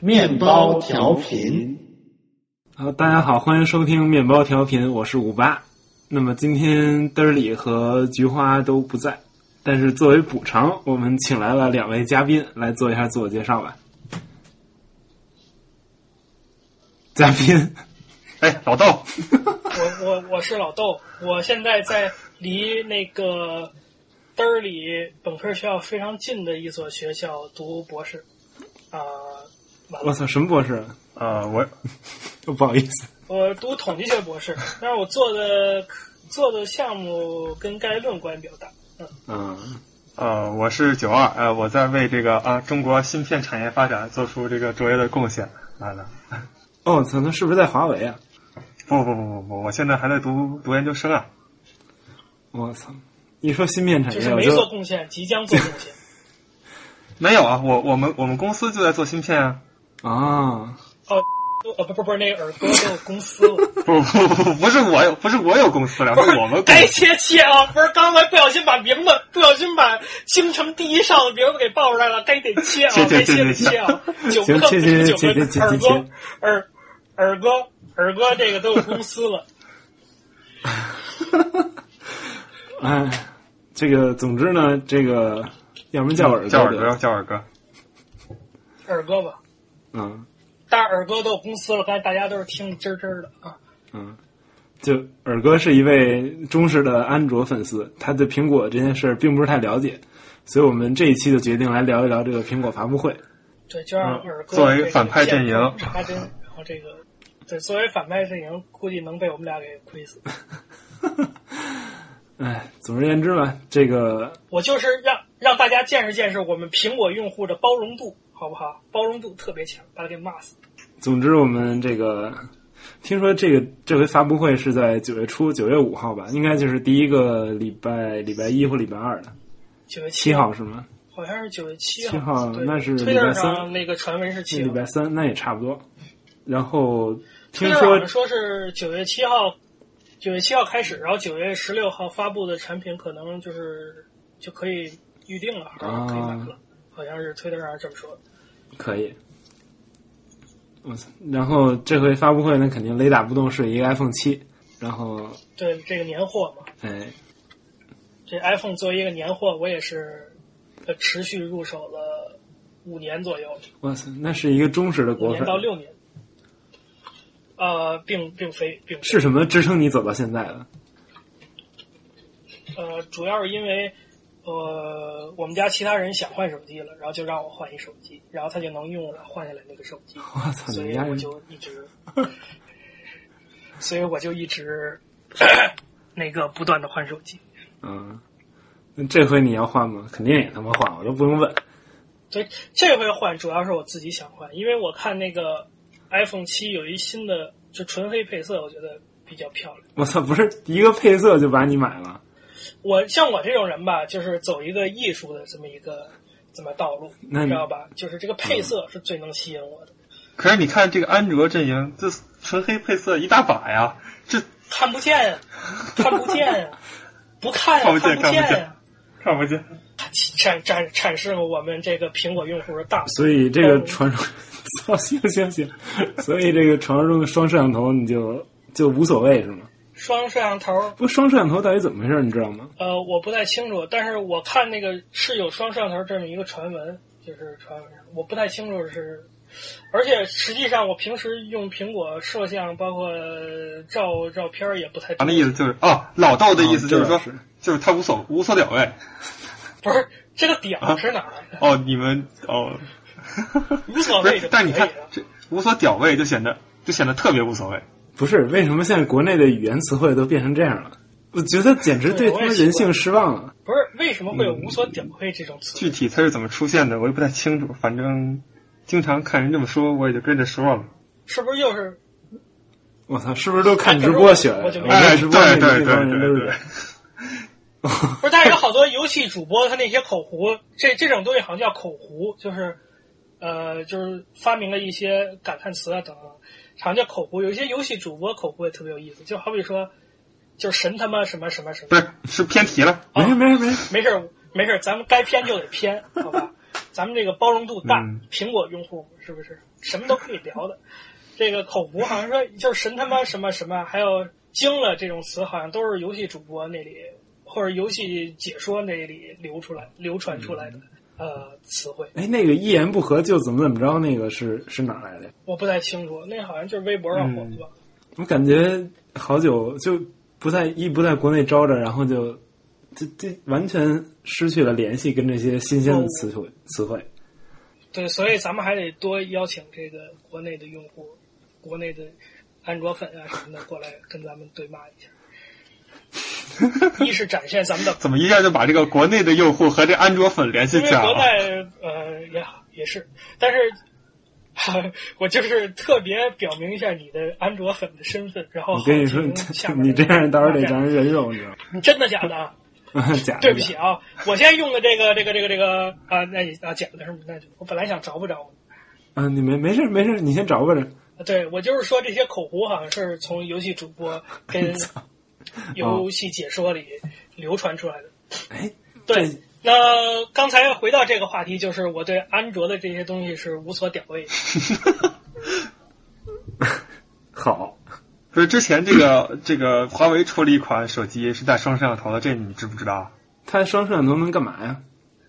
面包调频。呃，大家好，欢迎收听面包调频，我是五八。那么今天嘚儿里和菊花都不在，但是作为补偿，我们请来了两位嘉宾来做一下自我介绍吧。嘉宾，哎，老豆，我我我是老豆，我现在在离那个嘚儿里本科学校非常近的一所学校读博士，啊、完我了，操，什么博士？啊呃，我不好意思，我读统计学博士，但是我做的做的项目跟概论关系比较大。嗯，嗯，呃我是九二，呃，我在为这个啊、中国芯片产业发展做出这个卓越的贡献。完了，哦，操，他是不是在华为啊？不不不不不，我现在还在读读研究生啊。我操，一说芯片产就业，是我没就做贡献，即将做贡献。没有啊，我我们我们公司就在做芯片啊。啊，哦，呃不不不，那个耳朵都有公司了，不不不，不是我有，不是我有公司了，是我们公该司。切切啊！不是，刚才不小心把名字，不小心把京城第一少的名字给报出来了，该得切啊，切切该切切得切切啊！九行个切切九切切切个耳切哥，耳耳哥，耳哥，这个都有公司了。哎，这个，总之呢，这个，要不然叫耳朵，叫耳哥，，叫耳哥。耳哥吧，嗯。但是耳哥都有公司了，刚才大家都是听得真真的啊。就尔哥是一位忠实的安卓粉丝，他对苹果这件事儿并不是太了解，所以我们这一期就决定来聊一聊这个苹果发布会。对，就让耳哥作为这个反派阵营见缝插针，然后这个对作为反派阵营，估计能被我们俩给亏死。哎，总而言之吧，这个我就是让让大家见识见识我们苹果用户的包容度，好不好？包容度特别强，把他给骂死。总之，我们这个听说这个这回发布会是在九月初，九月五号吧，应该就是第一个礼拜礼拜一或礼拜二的九月七号，号是吗？好像是九月七7号对那是推礼拜特三上那个传闻是是七礼号，拜三，那也差不多。然后推听特说好像说是九月七号，九月七号开始，然后九月十六号发布的产品可能就是就可以预定了，好像可以买啊了。好像是推特上这么说的，可以。我操！然后这回发布会呢，肯定雷打不动是一个 iPhone 七，然后对这个年货嘛，哎，这 iPhone 作为一个年货，我也是呃持续入手了五年左右，哇塞，那是一个忠实的五果年粉。到六年。呃，并并非并非是什么支撑你走到现在的？呃，主要是因为呃，我们家其他人想换手机了，然后就让我换一手机，然后他就能用我换下来那个手机，我操，你所们以家我人就一直，所以我就一直 那个不断的换手机。嗯，那这回你要换吗？肯定也他妈换，我都不用问。所以这回换主要是我自己想换，因为我看那个 iPhone 七有一新的，就纯黑配色，我觉得比较漂亮。我操，不是一个配色就把你买了，我像我这种人吧，就是走一个艺术的这么一个这么道路，那你知道吧？就是这个配色是最能吸引我的。可是你看这个安卓阵营，这纯黑配色一大把呀，这看不见呀，看不见呀，不看看不呀，见看不不见呀，看不见。展展展示了我们这个苹果用户的大度。所以这个传说， 操，行行行，所以这个传说中的双摄像头你就就无所谓是吗？双摄像头，不，双摄像头到底怎么回事？你知道吗？呃，我不太清楚，但是我看那个是有双摄像头这么一个传闻，就是传闻，我不太清楚是。而且实际上，我平时用苹果摄像，包括照照片儿也不太他多的。意思就是，哦，老豆的意思就是说，嗯这倒是就是他无所无所了谓。不是这个屌是哪儿来的？哦，你们哦，无所不谓是就，可但你以看啊了。这无所屌味就显得就显得特别无所谓。不是，为什么现在国内的语言词汇都变成这样了？我觉得简直对对他我也们习惯人性失望了。不是为什么会有“无所屌会”这种词？具体它是怎么出现的，我也不太清楚。反正经常看人这么说，我也就跟着说了。是不是又是我操，是不是都看直播学的？我就我明白们哎，直对播那对那对帮人都对是这对样。，不是，但是有好多游戏主播，他那些口胡，这这种东西好像叫口胡，就是，呃，就是发明了一些感叹词啊等等，好像叫口胡。有一些游戏主播口胡也特别有意思，就好比说，就是神他妈什么什么什不么，是是偏题了。没事没事没事，没事儿没事儿，咱们该偏就得偏，好吧？咱们这个包容度大，嗯苹果用户是不是？什么都可以聊的。这个口胡好像说就是神他妈什么什么，还有精了这种词，好像都是游戏主播那里或者游戏解说那里流出来、流传出来的、呃词汇，哎，那个一言不合就怎么怎么着，那个是是哪儿来的呀？我不太清楚。那好像就是微博上火的吧。我感觉好久就不在一不在国内招着，然后就这这完全失去了联系跟这些新鲜的词哦汇词汇。对，所以咱们还得多邀请这个国内的用户、国内的安卓粉啊什么的过来跟咱们对骂一 下。一是展现咱们的怎么一下就把这个国内的用户和这安卓粉联系因起为来国了？内呃也好也是，但是、我就是 特别表明一下你的安卓粉的身份，然后我跟你说，哦好你 进行下面你这的样到时候得发展让人人肉，你知道吗？真的假的啊？ 假的。对不起啊，我现在用的这个这个这个这个啊，那你啊假的是吗？那就我本来想找不着，啊，你没没事没事，你先找吧着。对我就是说这些口胡好像是从游戏主播 跟哦游戏解说里流传出来的。哎，对这，那刚才回到这个话题，就是我对安卓的这些东西是无所屌味的。 好，所以之前这个这个华为出了一款手机是带双摄像头的，这你知不知道？啊它双摄像头能干嘛呀？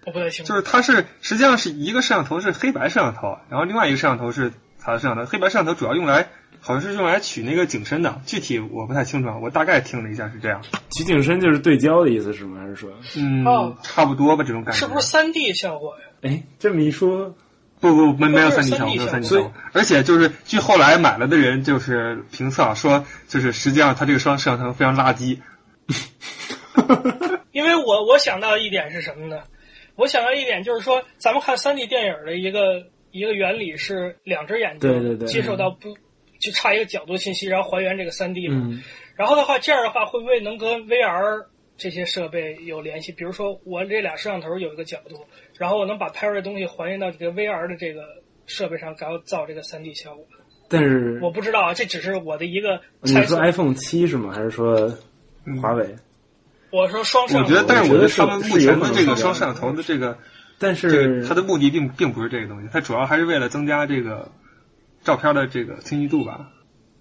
我不太清楚就。是它是实际上是一个摄像头是黑白摄像头，然后另外一个摄像头是彩色摄像头。黑白摄像头主要用来好像是用来取那个景深的，具体我不太清楚，啊，我大概听了一下是这样。取景深就是对焦的意思是吗？还是说，嗯，哦差不多吧，这种感觉。是不是三 D 效果呀？哎，这么一说，不不没没有都三是 D 效果， 3D 没有效三 D 果效果。而且就是据后来买了的人就是评测啊说，就是实际上它这个双摄像头非常垃圾。因为我我想到一点是什么呢？我想到一点就是说，咱们看三 D 电影的一个一个原理是两只眼睛对对对接受到不就差一个角度信息，然后还原这个三 D 嘛。 嗯，然后的话，这样的话会不会能跟 VR 啊这些设备有联系？比如说我这俩摄像头有一个角度，然后我能把拍出来的东西还原到这个 VR 的这个设备上，然后造这个三 D 效果。但是我不知道啊，这只是我的一个你猜说测。嗯 iPhone 七是吗？还是说华为？我说双摄我像觉头，得，但是我我觉得觉得他们目是有前可的能这个是双摄像头的这个但这是个它的目的并并不是这个东西，它主要还是为了增加这个照片的这个清晰度吧。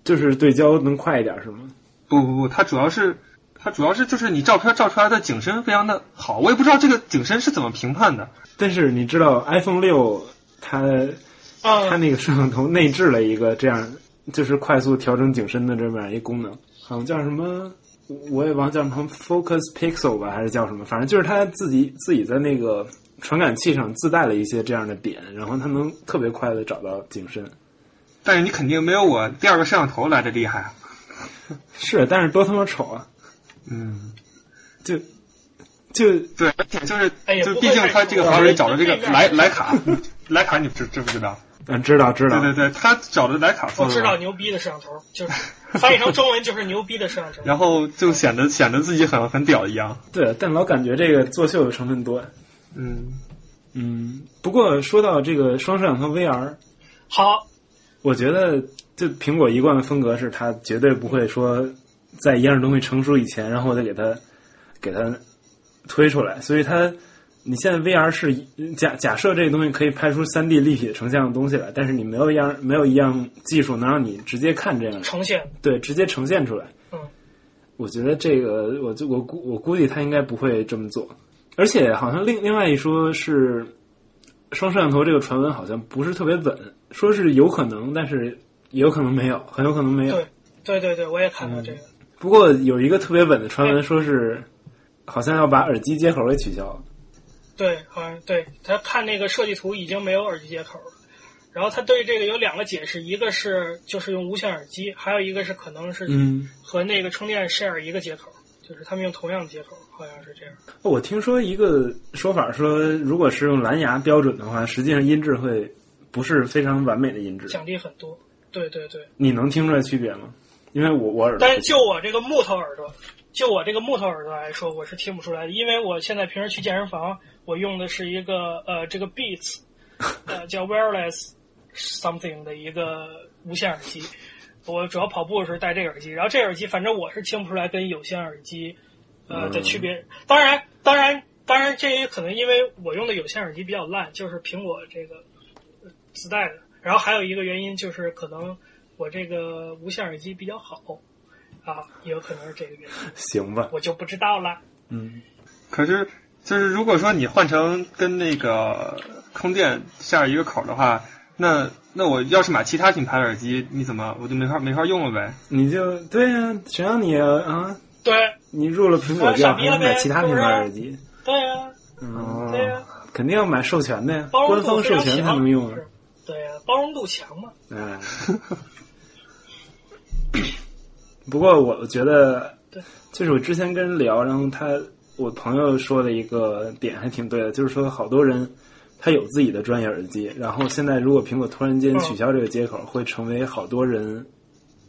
就是对焦能快一点是吗？不不不，它主要是它主要是就是你照片照出来的景深非常的好，我也不知道这个景深是怎么评判的。但是你知道 iPhone 六它啊、它那个摄像头内置了一个这样，就是快速调整景深的这么一功能，好像叫什么，我也忘了叫什么 Focus Pixel 吧，还是叫什么，反正就是它自己自己在那个传感器上自带了一些这样的点，然后它能特别快的找到景深。但是你肯定没有我第二个摄像头来的厉害啊。是，但是多他妈丑啊！嗯，就就对，而且就是哎呀就不毕会竟太它这个丑华了为找的这个这个莱莱卡， 莱卡你知知不知道？嗯，知道知道对，对对，他找的莱卡我做知的道嘛，牛逼的摄像头，就是翻译成中文就是牛逼的摄像 头。然后就显得显得自己很很屌一样。对，但老感觉这个作秀的成分多。嗯，嗯，不过说到这个双摄像头 VR，好，我觉得就苹果一贯的风格是，它绝对不会说在一样东西成熟以前，然后我再给它给它推出来。所以它，你现在 VR 是假假设这个东西可以拍出三 D 立体成像的东西来，但是你没有一样没有一样技术能让你直接看这样呈现对直接呈现出来。嗯，我觉得这个，我就我估我估计他应该不会这么做，而且好像另另外一说是双摄像头这个传闻好像不是特别稳，说是有可能，但是也有可能没有，很有可能没有对。对对对，我也看到这个。不过有一个特别稳的传闻，说是好像要把耳机接口给取消了。对，好像对他看那个设计图已经没有耳机接口了，然后他对这个有两个解释，一个是就是用无线耳机，还有一个是可能是嗯，和那个充电 share 一个接口，就是他们用同样的接口，好像是这样。哦我听说一个说法说，如果是用蓝牙标准的话，实际上音质会不是非常完美的音质。奖励很多，对对对。你能听出来区别吗？因为我我耳朵但是就我这个木头耳朵，就我这个木头耳朵来说，我是听不出来的，因为我现在平时去健身房，我用的是一个呃这个 Beats，呃叫 Wireless something 的一个无线耳机。我主要跑步的时候戴这个耳机，然后这耳机反正我是听不出来跟有线耳机呃的区嗯别。当然，当然，当然，这也可能因为我用的有线耳机比较烂，就是苹果这个呃自带的。然后还有一个原因就是可能我这个无线耳机比较好，啊，也有可能是这个原因，行吧，我就不知道了。嗯，可是，就是如果说你换成跟那个空电下一个口的话，那那我要是买其他品牌耳机，你怎么我就没法没法用了呗？你就对呀、谁让你啊？对你入了苹果我傻店，逼还了要买呗其他是品不牌是耳机？对呀、嗯，对呀、肯定要买授权的呀，包容官度方非授常权才强能用啊。是对呀、包容度强嘛。哎， 不过我觉得对，就是我之前跟人聊，然后他我朋友说的一个点还挺对的，就是说好多人他有自己的专业耳机，然后现在如果苹果突然间嗯取消这个接口，会成为好多人。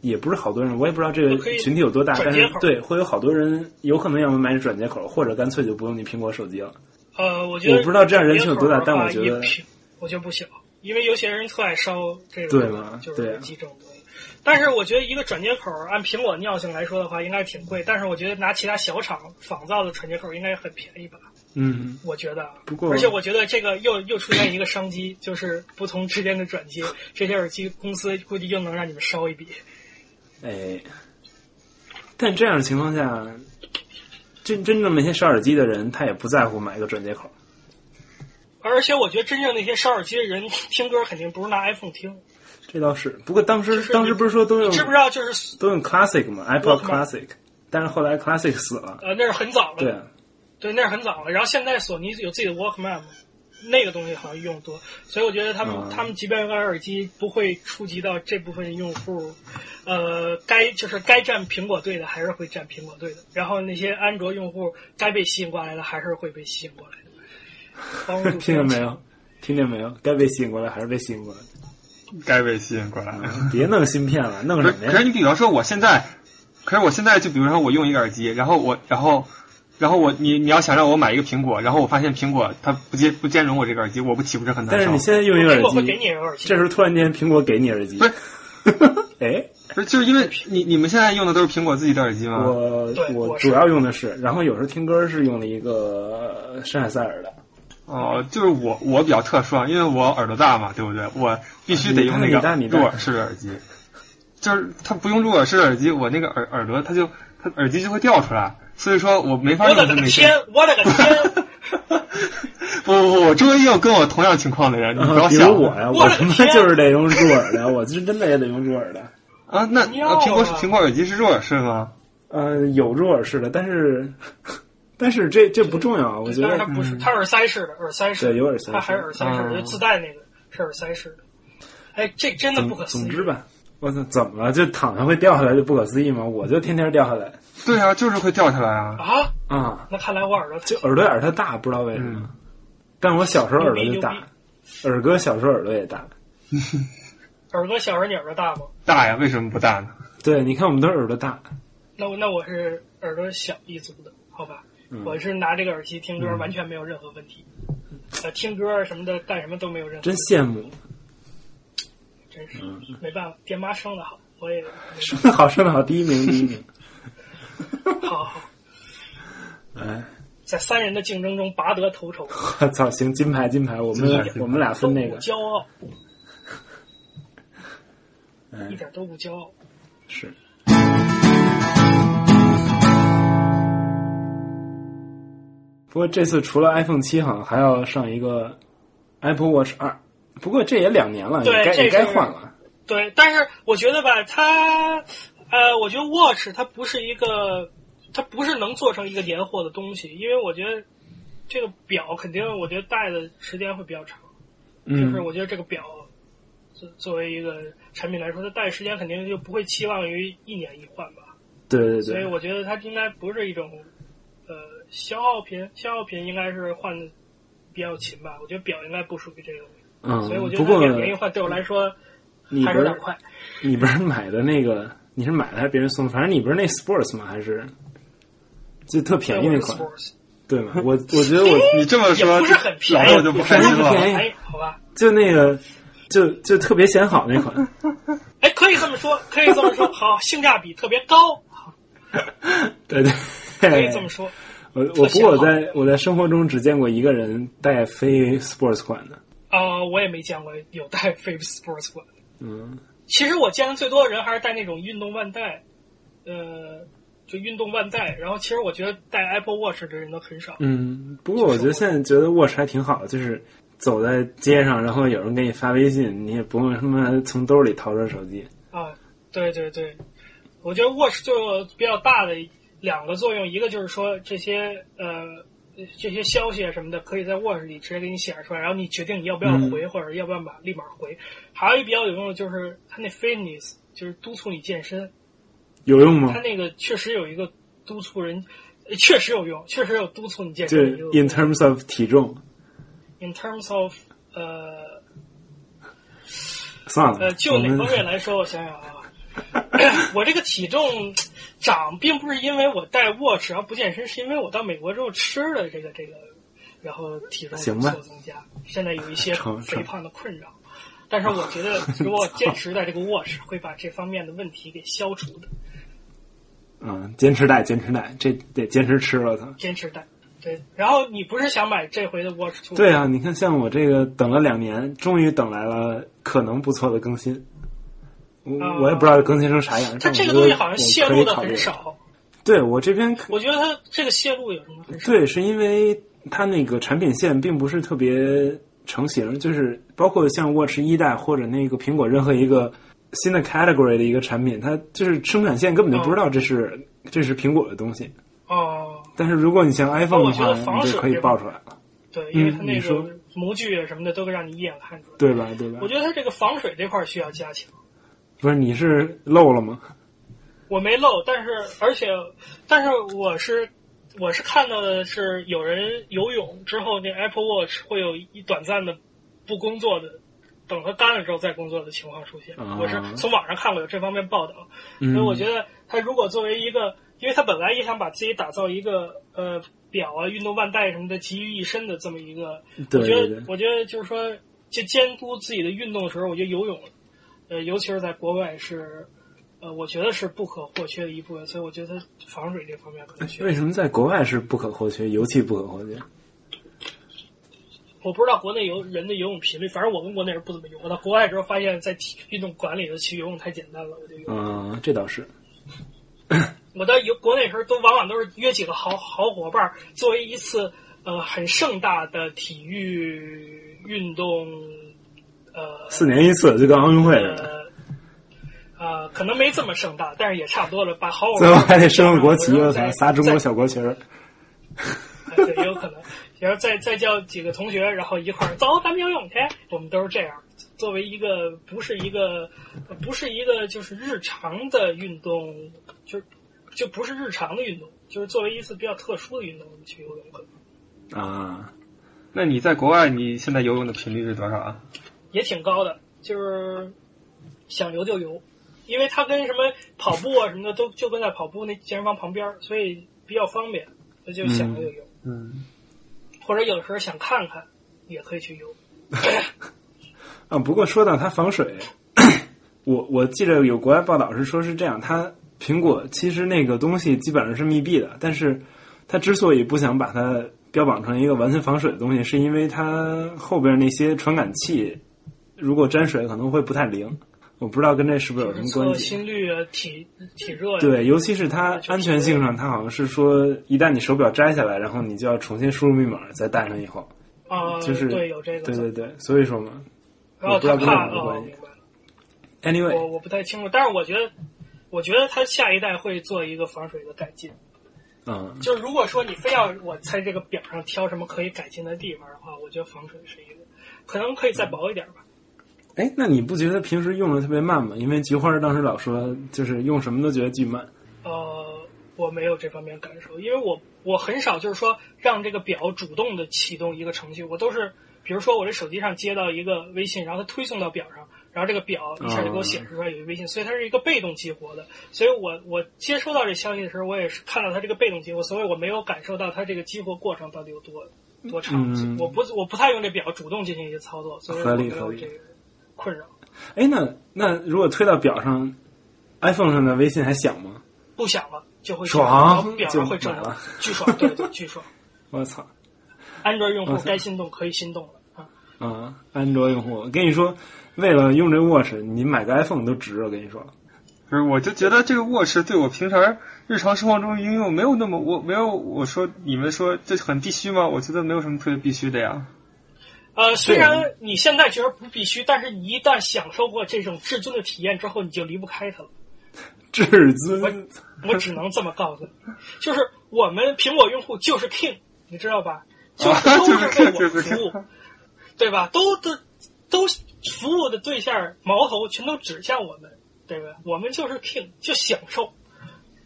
也不是好多人，我也不知道这个可以群体有多大，转但接是口对，会有好多人有可能要么买转接口，或者干脆就不用你苹果手机了。呃，我觉得我不知道这样人群有多大别口的话但我觉得也平我觉得不小，因为有些人特爱烧这个，对嘛就对是啊机这种东西。但是我觉得一个转接口按苹果尿性来说的话，应该挺贵。但是我觉得拿其他小厂仿造的转接口应该很便宜吧？嗯，我觉得啊。不过而且我觉得这个又又出现一个商机，就是不同之间的转接，这些耳机公司估计又能让你们烧一笔。哎，但这样的情况下，真真正那些烧耳机的人，他也不在乎买一个转接口。而且我觉得真正那些烧耳机的人听歌肯定不是拿 iPhone 听，这倒是，不过当时就是当时不是说都用知不知道？就是都用 Classic 嘛，iPod Walkman Classic，但是后来 Classic 死了，呃，那是很早了，对啊，对，那是很早了。然后现在索尼有自己的 Walkman 嘛，那个东西好像用多，所以我觉得他们、嗯他们即便用耳机不会触及到这部分用户，呃，该就是该站苹果队的还是会站苹果队的，然后那些安卓用户该被吸引过来的还是会被吸引过来的。包容度听见没非常有强？？听见没有？该被吸引过来还是被吸引过来，该被吸引过来了。别弄芯片了，弄可什是么可是呀？你比方说我现在，可是我现在就比如说我用一个耳机，然后我然后然后我你你要想让我买一个苹果，然后我发现苹果它不兼不兼容我这个耳机，我不岂不是很难但是受你？现在用一个苹果会耳给你机，一个耳机这时，候突然间苹果给你耳机不是， 哎，不是就是因为你你们现在用的都是苹果自己的耳机吗？我啊对我我是主要用的是，然后有时候听歌是用了一个呃深海塞尔的，哦，就是我我比较特殊，啊，因为我耳朵大嘛，对不对？我必须得用那啊你大个你大入耳式的耳机，就是它不用入耳式的耳机，我那个耳耳朵它就它耳机就会掉出来，所以说我没法我用的这个么一天些。， 我的个天！不不不，我周围也有跟我同样情况的人，你不要啊比想如我呀，我我的他妈天就是得用入耳的，我是真的也得用入耳的。啊，那你要啊啊苹果是苹果耳机是入耳式吗？呃，有入耳式的，但是但是这这不重要 啊，我觉但是它得不是，它耳塞式的，耳塞式的，对有耳塞式啊它还是耳塞式的，嗯就自带那个是耳塞式的。哎，这真的总不可思议。总之吧，我操，怎么了？就躺下会掉下来就不可思议吗？我就天天掉下来对啊，就是会掉下来啊。啊，啊，那看来我耳朵就耳朵眼儿它大，不知道为什么，嗯但我小时候耳朵牛就逼牛大，耳哥小时候耳朵也大。耳朵小，而你耳朵大吗？大呀，为什么不大呢？对，你看我们都是耳朵大，那我那我是耳朵小一族的，好吧？嗯我是拿这个耳机听歌，完全没有任何问题。呃，听歌什么的，干什么都没有任何真嗯问题，羡慕。 真是没办法，爹妈生的好，我也没办那好，说的好，第一名，第一名。 法好好好哎，在三人的竞争中拔得头筹，我操，行，金牌，金牌，我们金 牌金牌我们俩分那都个不，骄 傲，嗯哎一点都不骄傲。是。不过这次除了 iPhone 七，好像还要上一个 Apple Watch 二。不过这也两年了，也对该这也该是换了。对，但是我觉得吧，它，呃，我觉得 Watch 它不是一个，它不是能做成一个年货的东西，因为我觉得这个表肯定，我觉得戴的时间会比较长，就嗯是，我觉得这个表作作为一个产品来说，它戴的时间肯定就不会期望于一年一换吧，对对所以对，我觉得它应该不是一种，呃，消耗品，消耗品应该是换的比较勤吧，我觉得表应该不属于这个，嗯所以我。觉不得过它两年一换对我来说你还不是有点是快。你不是买的那个，你是买的还是别人送的？反正你不是那 Sports 吗？还是就特便宜那款对我是 Sports 对吗？我我觉得我你这么说， 也不是很便宜老豆就不开心也不是很便了。宜哎，好吧，就那个，就就特别显好那款，哎，可以这么说，可以这么说，好，性价比特别高，对对， 可以这么说。我我不过我特显在我在生活中只见过一个人戴非 sports 款的，啊、我也没见过有带 Fave Sports 管。嗯其实我见的最多的人还是带那种运动腕带，呃，就运动腕带。然后其实我觉得带 Apple Watch 的人都很少。嗯。不过我觉得现在觉得 Watch 还挺好，就是走在街上，然后有人给你发微信，你也不用他妈从兜里掏出手机。啊，对对对，我觉得 Watch 就比较大的两个作用，一个就是说这些呃这些消息啊什么的，可以在 Watch 里直接给你显示出来，然后你决定你要不要回、或者要不要马立马回。还有一比较有用的就是它那 Fitness，就是督促你健身，有用吗它？那个确实有一个督促人，呃确实有用，确实有督促你健就身的一个功能。 in terms of 体重， in terms of 呃算了呃，，就我哪们方面来说，我想想 啊，我这个体重长并不是因为我戴 watch 然后不健身，是因为我到美国之后吃了这个这个，然后体重行有吧所增加，现在有一些成肥胖的困扰。但是我 觉得，如果坚持戴这个 watch，会把这方面的问题给消除的。嗯，坚持带，坚持带，这得坚持吃了它。坚持戴，对。然后你不是想买这回的 watch two？对啊，你看，像我这个等了两年，终于等来了可能不错的更新。我啊我也不知道更新成啥样。它但这我觉得个东西好像泄我可露以的考虑很。少，对我这边我觉得它这个泄露有什么很少？对，是因为它那个产品线并不是特别成型，就是包括像 Watch 一代或者那个苹果任何一个新的 category 的一个产品，它就是生产线根本就不知道这是、嗯这是苹果的东西。哦，但是如果你像那 iPhone 我的觉得话，防你水就可以这爆个出来了，对，因为它嗯那你说个模具啊什么的都会让你一眼看出来。对吧？对吧我？觉得它这个防水这块儿需要加强。不是，你是漏了吗？我没漏，但是而且，但是我是我是看到的是有人游泳之后，那 Apple Watch 会有一短暂的不工作的，等它干了之后再工作的情况出现。啊我是从网上看过有这方面报道，嗯所以我觉得它如果作为一个，因为它本来也想把自己打造一个呃表啊、运动腕带什么的集于一身的这么一个对我觉对得对，，我觉得就是说，就监督自己的运动的时候，我觉得游泳，呃，尤其是在国外是，呃，我觉得是不可或缺的一部分。所以我觉得防水这方面可能需要为。什么在国外是不可或缺，尤其不可或缺？我不知道国内游人的游泳频率，反正我们国内人不怎么游。我到国外之后发现，在体运动馆里头去游泳太简单了，我就游。嗯、这倒是。我到游国内时候都往往都是约几个好好伙伴儿，作为一次呃很盛大的体育运动，呃，四年一次，就跟奥运会似的，呃，呃，可能没这么盛大，但是也差不多了。把好友最后还得升个国旗，我我操，仨中国小国旗儿。对，也有可能。然后再再叫几个同学，然后一块儿走，咱们游泳去。我们都是这样。作为一个不是一个呃不是一个就是日常的运动，就就不是日常的运动，就是作为一次比较特殊的运动，我们去游泳可 能啊，那你在国外，你现在游泳的频率是多少啊？也挺高的，就是想游就游，因为它跟什么跑步啊什么的都就跟在跑步那健身房旁边儿，所以比较方便，那就想游就游。嗯，或者有的时候想看看，也可以去游。啊，不过说到它防水，我我记得有国外报道是说是这样，它苹果其实那个东西基本上是密闭的，但是它之所以不想把它标榜成一个完全防水的东西，是因为它后边那些传感器如果沾水可能会不太灵，我不知道跟这是不是有什么测关系。心率啊、体体热呀、对，尤其是它安全性上，它好像是说，一旦你手表摘下来，然后你就要重新输入密码，再戴上以后，啊、就是对有这个。对对对，所以说嘛然后我不知道他跟这怕有没有哦关系明白了我，anyway，我不太清楚，但是我觉得，我觉得他下一代会做一个防水的改进。嗯，就是如果说你非要我在这个表上挑什么可以改进的地方的话，我觉得防水是一个，可能可以再薄一点吧。哎，那你不觉得平时用的特别慢吗？因为菊花当时老说，就是用什么都觉得巨慢。呃，我没有这方面感受，因为我我很少就是说让这个表主动的启动一个程序，我都是比如说我这手机上接到一个微信，然后它推送到表上，然后这个表一下就给我显示出来有一个微信，所以它是一个被动激活的。所以我我接收到这消息的时候，我也是看到它这个被动激活，所以我没有感受到它这个激活过程到底有多多长。嗯我不我不太用这表主动进行一些操作，所以合我没理合有理这个困扰。哎，那那如果推到表上，iPhone 上的微信还响吗？不响了就会爽然后表就上会正买常了，巨爽，对对，巨爽。我操！安卓用户嗯该心动可以心动了啊！啊，安卓用户，我跟你说，为了用这 Watch，你买个 iPhone 都值。我跟你说，不是，我就觉得这个 watch 对我平常日常生活中应用没有那么，我没有我说你们说这很必须吗？我觉得没有什么特别必须的呀。呃，虽然你现在觉得不必须，但是你一旦享受过这种至尊的体验之后，你就离不开它了。至尊，我只能这么告诉你，就是我们苹果用户就是 king，你知道吧？啊就是都是为我服务，对吧？都都都服务的对象矛头全都指向我们，对吧？我们就是 king，就享受，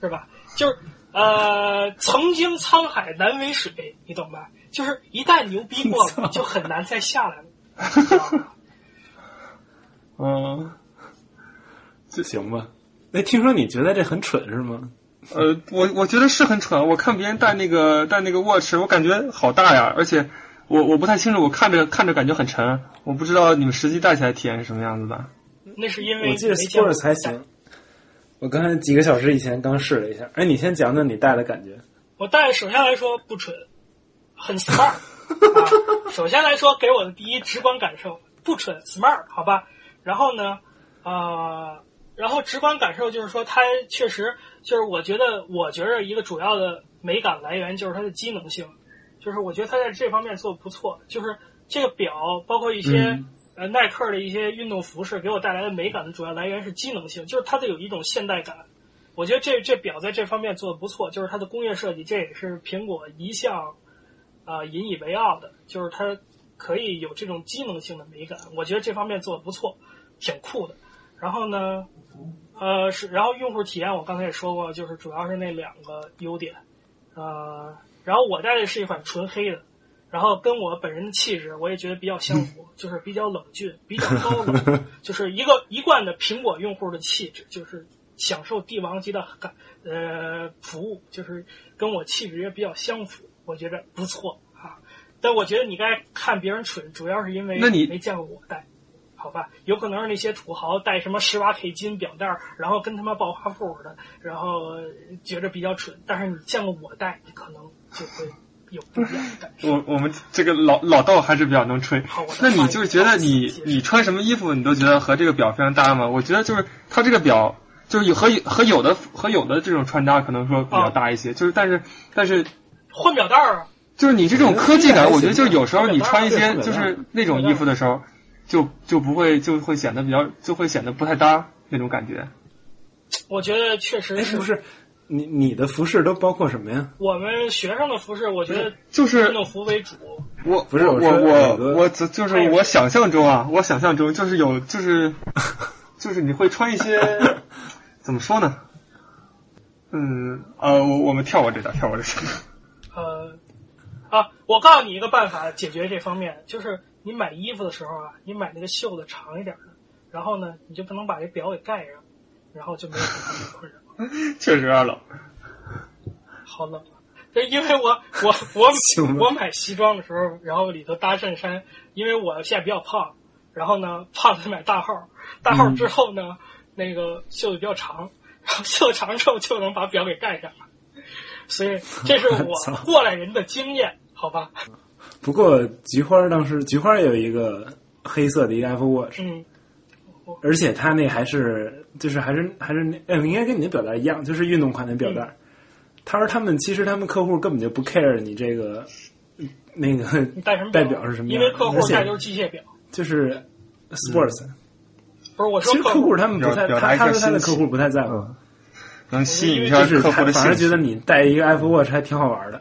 是吧？就是呃，曾经沧海难为水，你懂吧？就是一旦牛逼过 了，就很难再下来了。你知道 吧嗯，这行吧？那听说你觉得这很蠢是吗？呃，我我觉得是很蠢。我看别人戴那个戴那个 watch，我感觉好大呀，而且我我不太清楚，我看着看着感觉很沉，我不知道你们实际戴起来体验是什么样子的。那是因为我记得没见过 Sports 还行。我刚才几个小时以前刚试了一下，哎，你先讲讲你戴的感觉。我戴首先来说不蠢，很 smart 啊。首先来说，给我的第一直观感受不蠢 smart 好吧。然后呢，啊、然后直观感受就是说，它确实就是我觉得，我觉得一个主要的美感来源就是它的机能性，就是我觉得它在这方面做的不错。就是这个表，包括一些、嗯呃耐克的一些运动服饰，给我带来的美感的主要来源是机能性，就是它的有一种现代感。我觉得这这表在这方面做的不错，就是它的工业设计，这也是苹果一向啊、呃引以为傲的，就是它可以有这种机能性的美感。我觉得这方面做的不错，挺酷的。然后呢，呃是，然后用户体验我刚才也说过，就是主要是那两个优点，呃，然后我戴的是一款纯黑的，然后跟我本人的气质我也觉得比较相 符，就是比较冷峻，比较高冷，就是一个一贯的苹果用户的气质，就是享受帝王级的感呃服务，就是跟我气质也比较相符，我觉得不错啊。但我觉得你该看别人蠢，主要是因为那你没见过我戴。好吧，有可能是那些土豪戴什么十八 K 金表带儿，然后跟他妈暴发户似的，然后觉着比较蠢。但是你见过我戴，你可能就会有不一样的 感受。我我们这个老老道还是比较能吹好我的。 那你就是觉得你发言你穿什么衣服，你都觉得和这个表非常搭吗？我觉得就是它这个表，就是有和和有的和有的这种穿搭可能说比较搭一些，就是但是但是换表带儿啊，就是你这种科技感，我觉得就是有时候你穿一些对对就是那种衣服的时候，就就不会就会显得比较就会显得不太搭那种感觉。我觉得确实哎，不是，你你的服饰都包括什么呀？我们学生的服饰，我觉得就是运动服为主。我不是我我说我有的我只就是我想象中啊，我想象中就是有就是就是你会穿 一些怎么说呢？嗯呃，我我们跳过这段，跳过这段。 呃，啊，我告诉你一个办法解决这方面，就是你买衣服的时候啊，你买那个袖子长一点的，然后呢，你就不能把这表给盖上，然后就没有这方面困扰。确实有点冷，好冷啊！对，因为我我我行吧我买西装的时候，然后里头搭衬衫，因为我现在比较胖，然后呢，胖子买大号，大嗯号之后呢，那个袖子比较长，然后袖子长之后就能把表给盖上了，所以这是操我过来人的经验，好吧？不过菊花当时菊花有一个黑色的一个 Apple Watch，嗯，而且它那还是就是还是还是那哎，应该跟你的表带一样，就是运动款的表嗯带。他说他们其实他们客户根本就不 care 你这个嗯那个你戴什么代表是什么因样为客户而且戴都是机械表，就是嗯 sports，、不是我说其实客客户他们不太表表他达一个他说他的客心情嗯户不太在乎，能吸引一下就是客户他的反而兴觉得趣。你带一个 Apple Watch 还挺好玩的，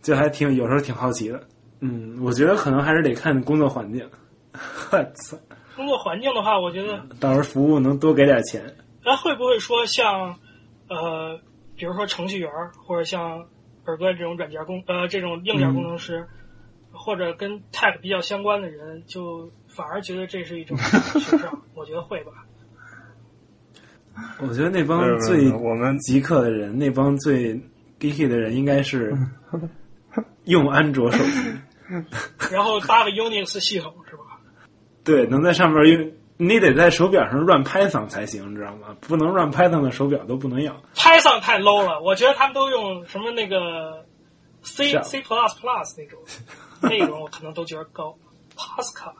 就还挺有时候挺好奇的。嗯，我觉得可能还是得看工作环境。我操，工作环境的话，我觉得到时候服务能多给点钱，那会不会说像，呃，比如说程序员儿或者像尔哥这种软件工呃这种硬件工程师，或者跟 tech 比较相关的人，就反而觉得这是一种时尚？我觉得会吧。我觉得那帮不是不是最我们极客的人，那帮最 geeky 的人，应该是用安卓手机，然后搭个 Unix 系统是吧？对，能在上面用，你得在手表上乱 Python 才行，你知道吗？不能乱 Python 的手表都不能要。 Python 太 low 了，我觉得他们都用什么那个 C 是啊 C plus plus 那种，那种我可能都觉得高。帕斯卡。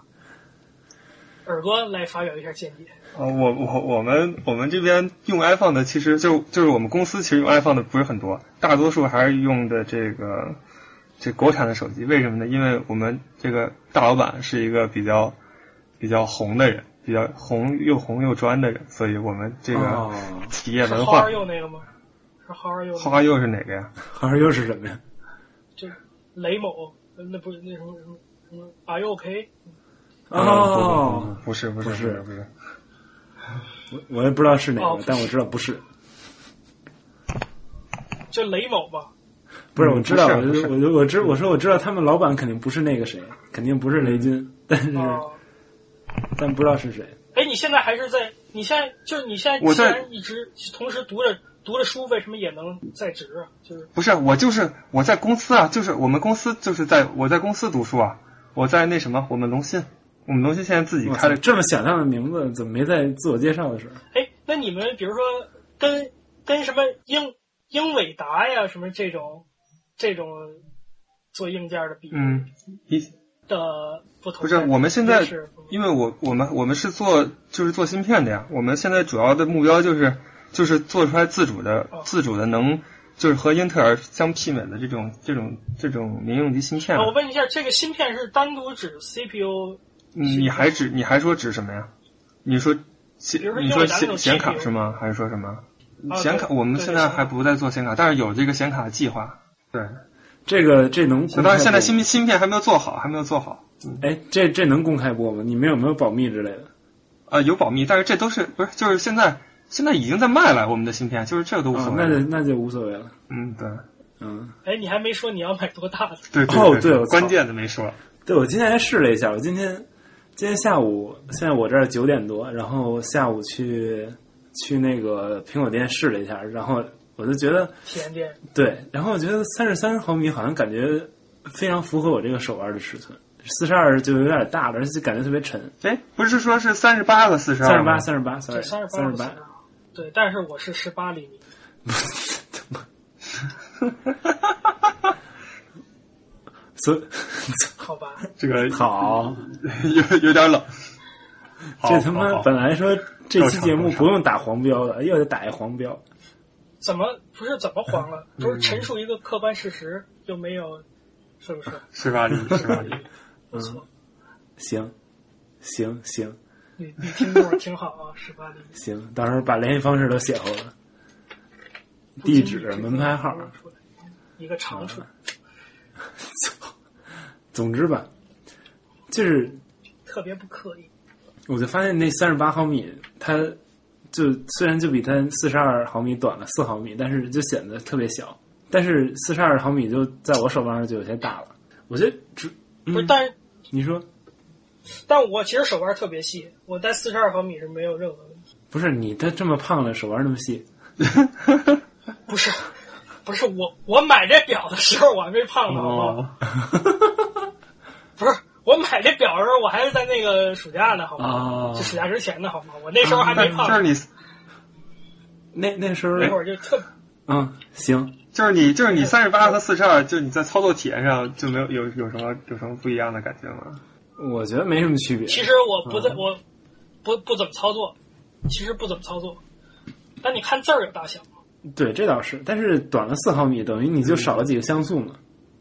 耳哥来发表一下见解。啊，我我我们我们这边用 iPhone 的，其实就就是我们公司其实用 iPhone 的不是很多，大多数还是用的这个这国产的手机。为什么呢？因为我们这个大老板是一个比较比较红的人，比较红又红又专的人，所以我们这个哦，企业是文 How 化 are。you 那个吗？是 How are you？花花又是哪个呀？好像又是什么呀？就是雷某，那不是那什么什么什么 Are you OK？哦，嗯不是不是不是不是，我我也不知道是哪哦个，但我知道不是，就雷某吧。不是嗯我知道，我不是就不我就我知我说我知道他们老板肯定不是那个谁，肯定不是嗯雷军，但是哦啊， 但不知道是谁。哎，你现在还是在？你现在就是你现在我既在然一直同时读着读着书，为什么也能在职啊？就是不是，我就是我在公司啊，就是我们公司就是在我在公司读书啊，我在那什么，我们龙信，我们龙信现在自己我开操了，这么响亮的名字，怎么没在自我介绍的时候？哎，那你们比如说跟跟什么英英伟达呀，什么这种这种做硬件的比嗯，一的不同不在是哪，我们现在嗯是因为我我们我们是做就是做芯片的呀，我们现在主要的目标就是就是做出来自主的哦自主的能就是和英特尔相媲美的这种这种这种民用级芯片啊啊，。我问一下，这个芯片是单独指 CPU，嗯你还指你还说指什么呀？你说显比如说你英伟说达那显种显卡 GPU 是吗？还是说什么啊？显卡对我们对现对在嗯显还不在做显卡，但是有这个显卡计划。对，这个这能公开播吗？但是嗯现在芯片芯片还没有做好，还没有做好。哎，这这能公开播吗？你们有没有保密之类的？啊，有保密，但是这都是不是就是现在现在已经在卖了我们的芯片，就是这个都无啊所，谓那。就那就无所谓了。嗯，对，嗯，哎，你还没说你要买多大的，对哦对对我操关键的没说。对我今天还试了一下，我今天今天下午现在我这儿九点多，然后下午去去那个苹果店试了一下，然后我就觉得体验店对，然后我觉得三十三毫米好像感觉非常符合我这个手腕的尺寸，四十二就有点大了，而且感觉特别沉。哎，不是说是三十八和四十二？三十八，三十八对，sorry，三十八三十不八行，啊对，但是我是十八厘米， 所以好吧？ 这个好，有有点冷。好 这他妈好好本来说这期节目够长够长不用打黄标的，又得打一黄标。怎么不是怎么 黄了？都嗯是陈述一个客观事实，又没有，是不是？十八厘米，十八厘米。不错，行，行行 你你听众挺好啊，十八厘米。行，到时候把联系方式都写后了，不经地意址之间门牌号啊流露出来，一个长处。总之吧，就是特别不刻意，我就发现那三十八毫米，它就虽然就比它四十二毫米短了四毫米，但是就显得特别小。但是四十二毫米就在我手腕上就有些大了，我觉得主不是，嗯但是你说但我其实手腕特别细，我戴四十二毫米是没有任何问题。不是你它这么胖了，手腕那么细， 不是，不是我我买这表的时候我还没胖呢，好不好？哦，不是，我买这表的时候，我还是在那个暑假呢，好吗？哦嗯就暑假之前呢，好吗？我那时候还没胖，就是你那那时候那会儿就特嗯行，就是你就是你三十八和四十二，就你在操作体验上就没有有有什么有什么不一样的感觉吗？我觉得没什么区别。其实我不嗯在，我不不怎么操作，其实不怎么操作。但你看字儿有大小，对，这倒是，但是短了四毫米，等于你就少了几个像素 嘛。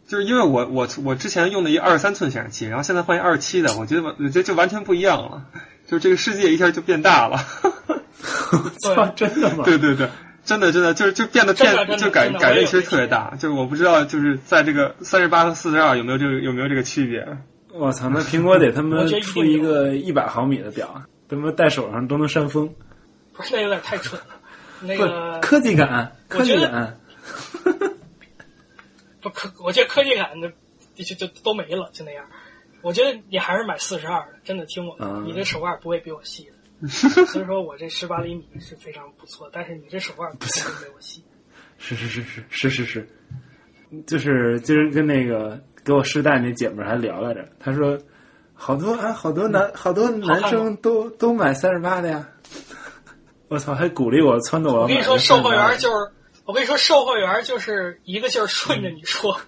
就是因为我我我之前用的一二三寸显示器，然后现在换一二七的，我觉得我觉得就完全不一样了，就这个世界一下就变大了。 操，真的吗？对对对，真的真的就是就变得真的真变的就改真的改我也变有其实特别大，就是我不知道就是在这个三十八和四十二有没有这个有没有这个区别？我操，那苹果得他妈我觉得一定出一个一百毫米的表，他妈戴手上都能扇风。不是那有点太蠢了。那不个嗯科技感，科我觉技得感，不科，我觉得科技感的就就都没了，就那样。我觉得你还是买四十二的，真的听我的，嗯你这手腕不会比我细 的。所以说我这十八厘米是非常不错，但是你这手腕不会比我细。是是是是是是是，就是今儿跟那个给我试戴那姐们儿还聊来着，她说好多啊，好多男好多男嗯好看生都都买三十八的呀，我操，还鼓励我撺掇我。我跟你说，售货 员就是，我跟你说，售货员就是一个劲儿顺着你说，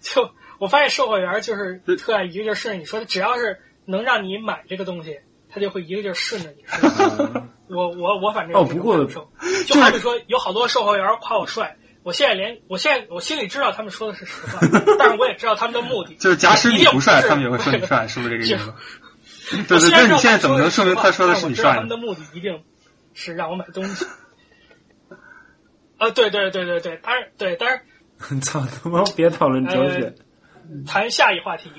就我发现售货员就是特爱一个劲儿顺着你说的，只要是能让你买这个东西，他就会一个劲儿顺着 你说。我我我反正哦有这不种过感受就好比说有好多售货员夸我帅，我现在连我现在我心里知道他们说的是实话， 但是我也知道他们的目的。就是假使你不帅，一定不是他们也会说你帅，是不是这个意 思？对对，我虽那然你现在知怎道么能说明他说的是是你实话但我知道帅他们呢？的目的一定是让我买东西。 啊，对对对对对，当然对，当然 操他妈！别讨论哲学。谈下一话题。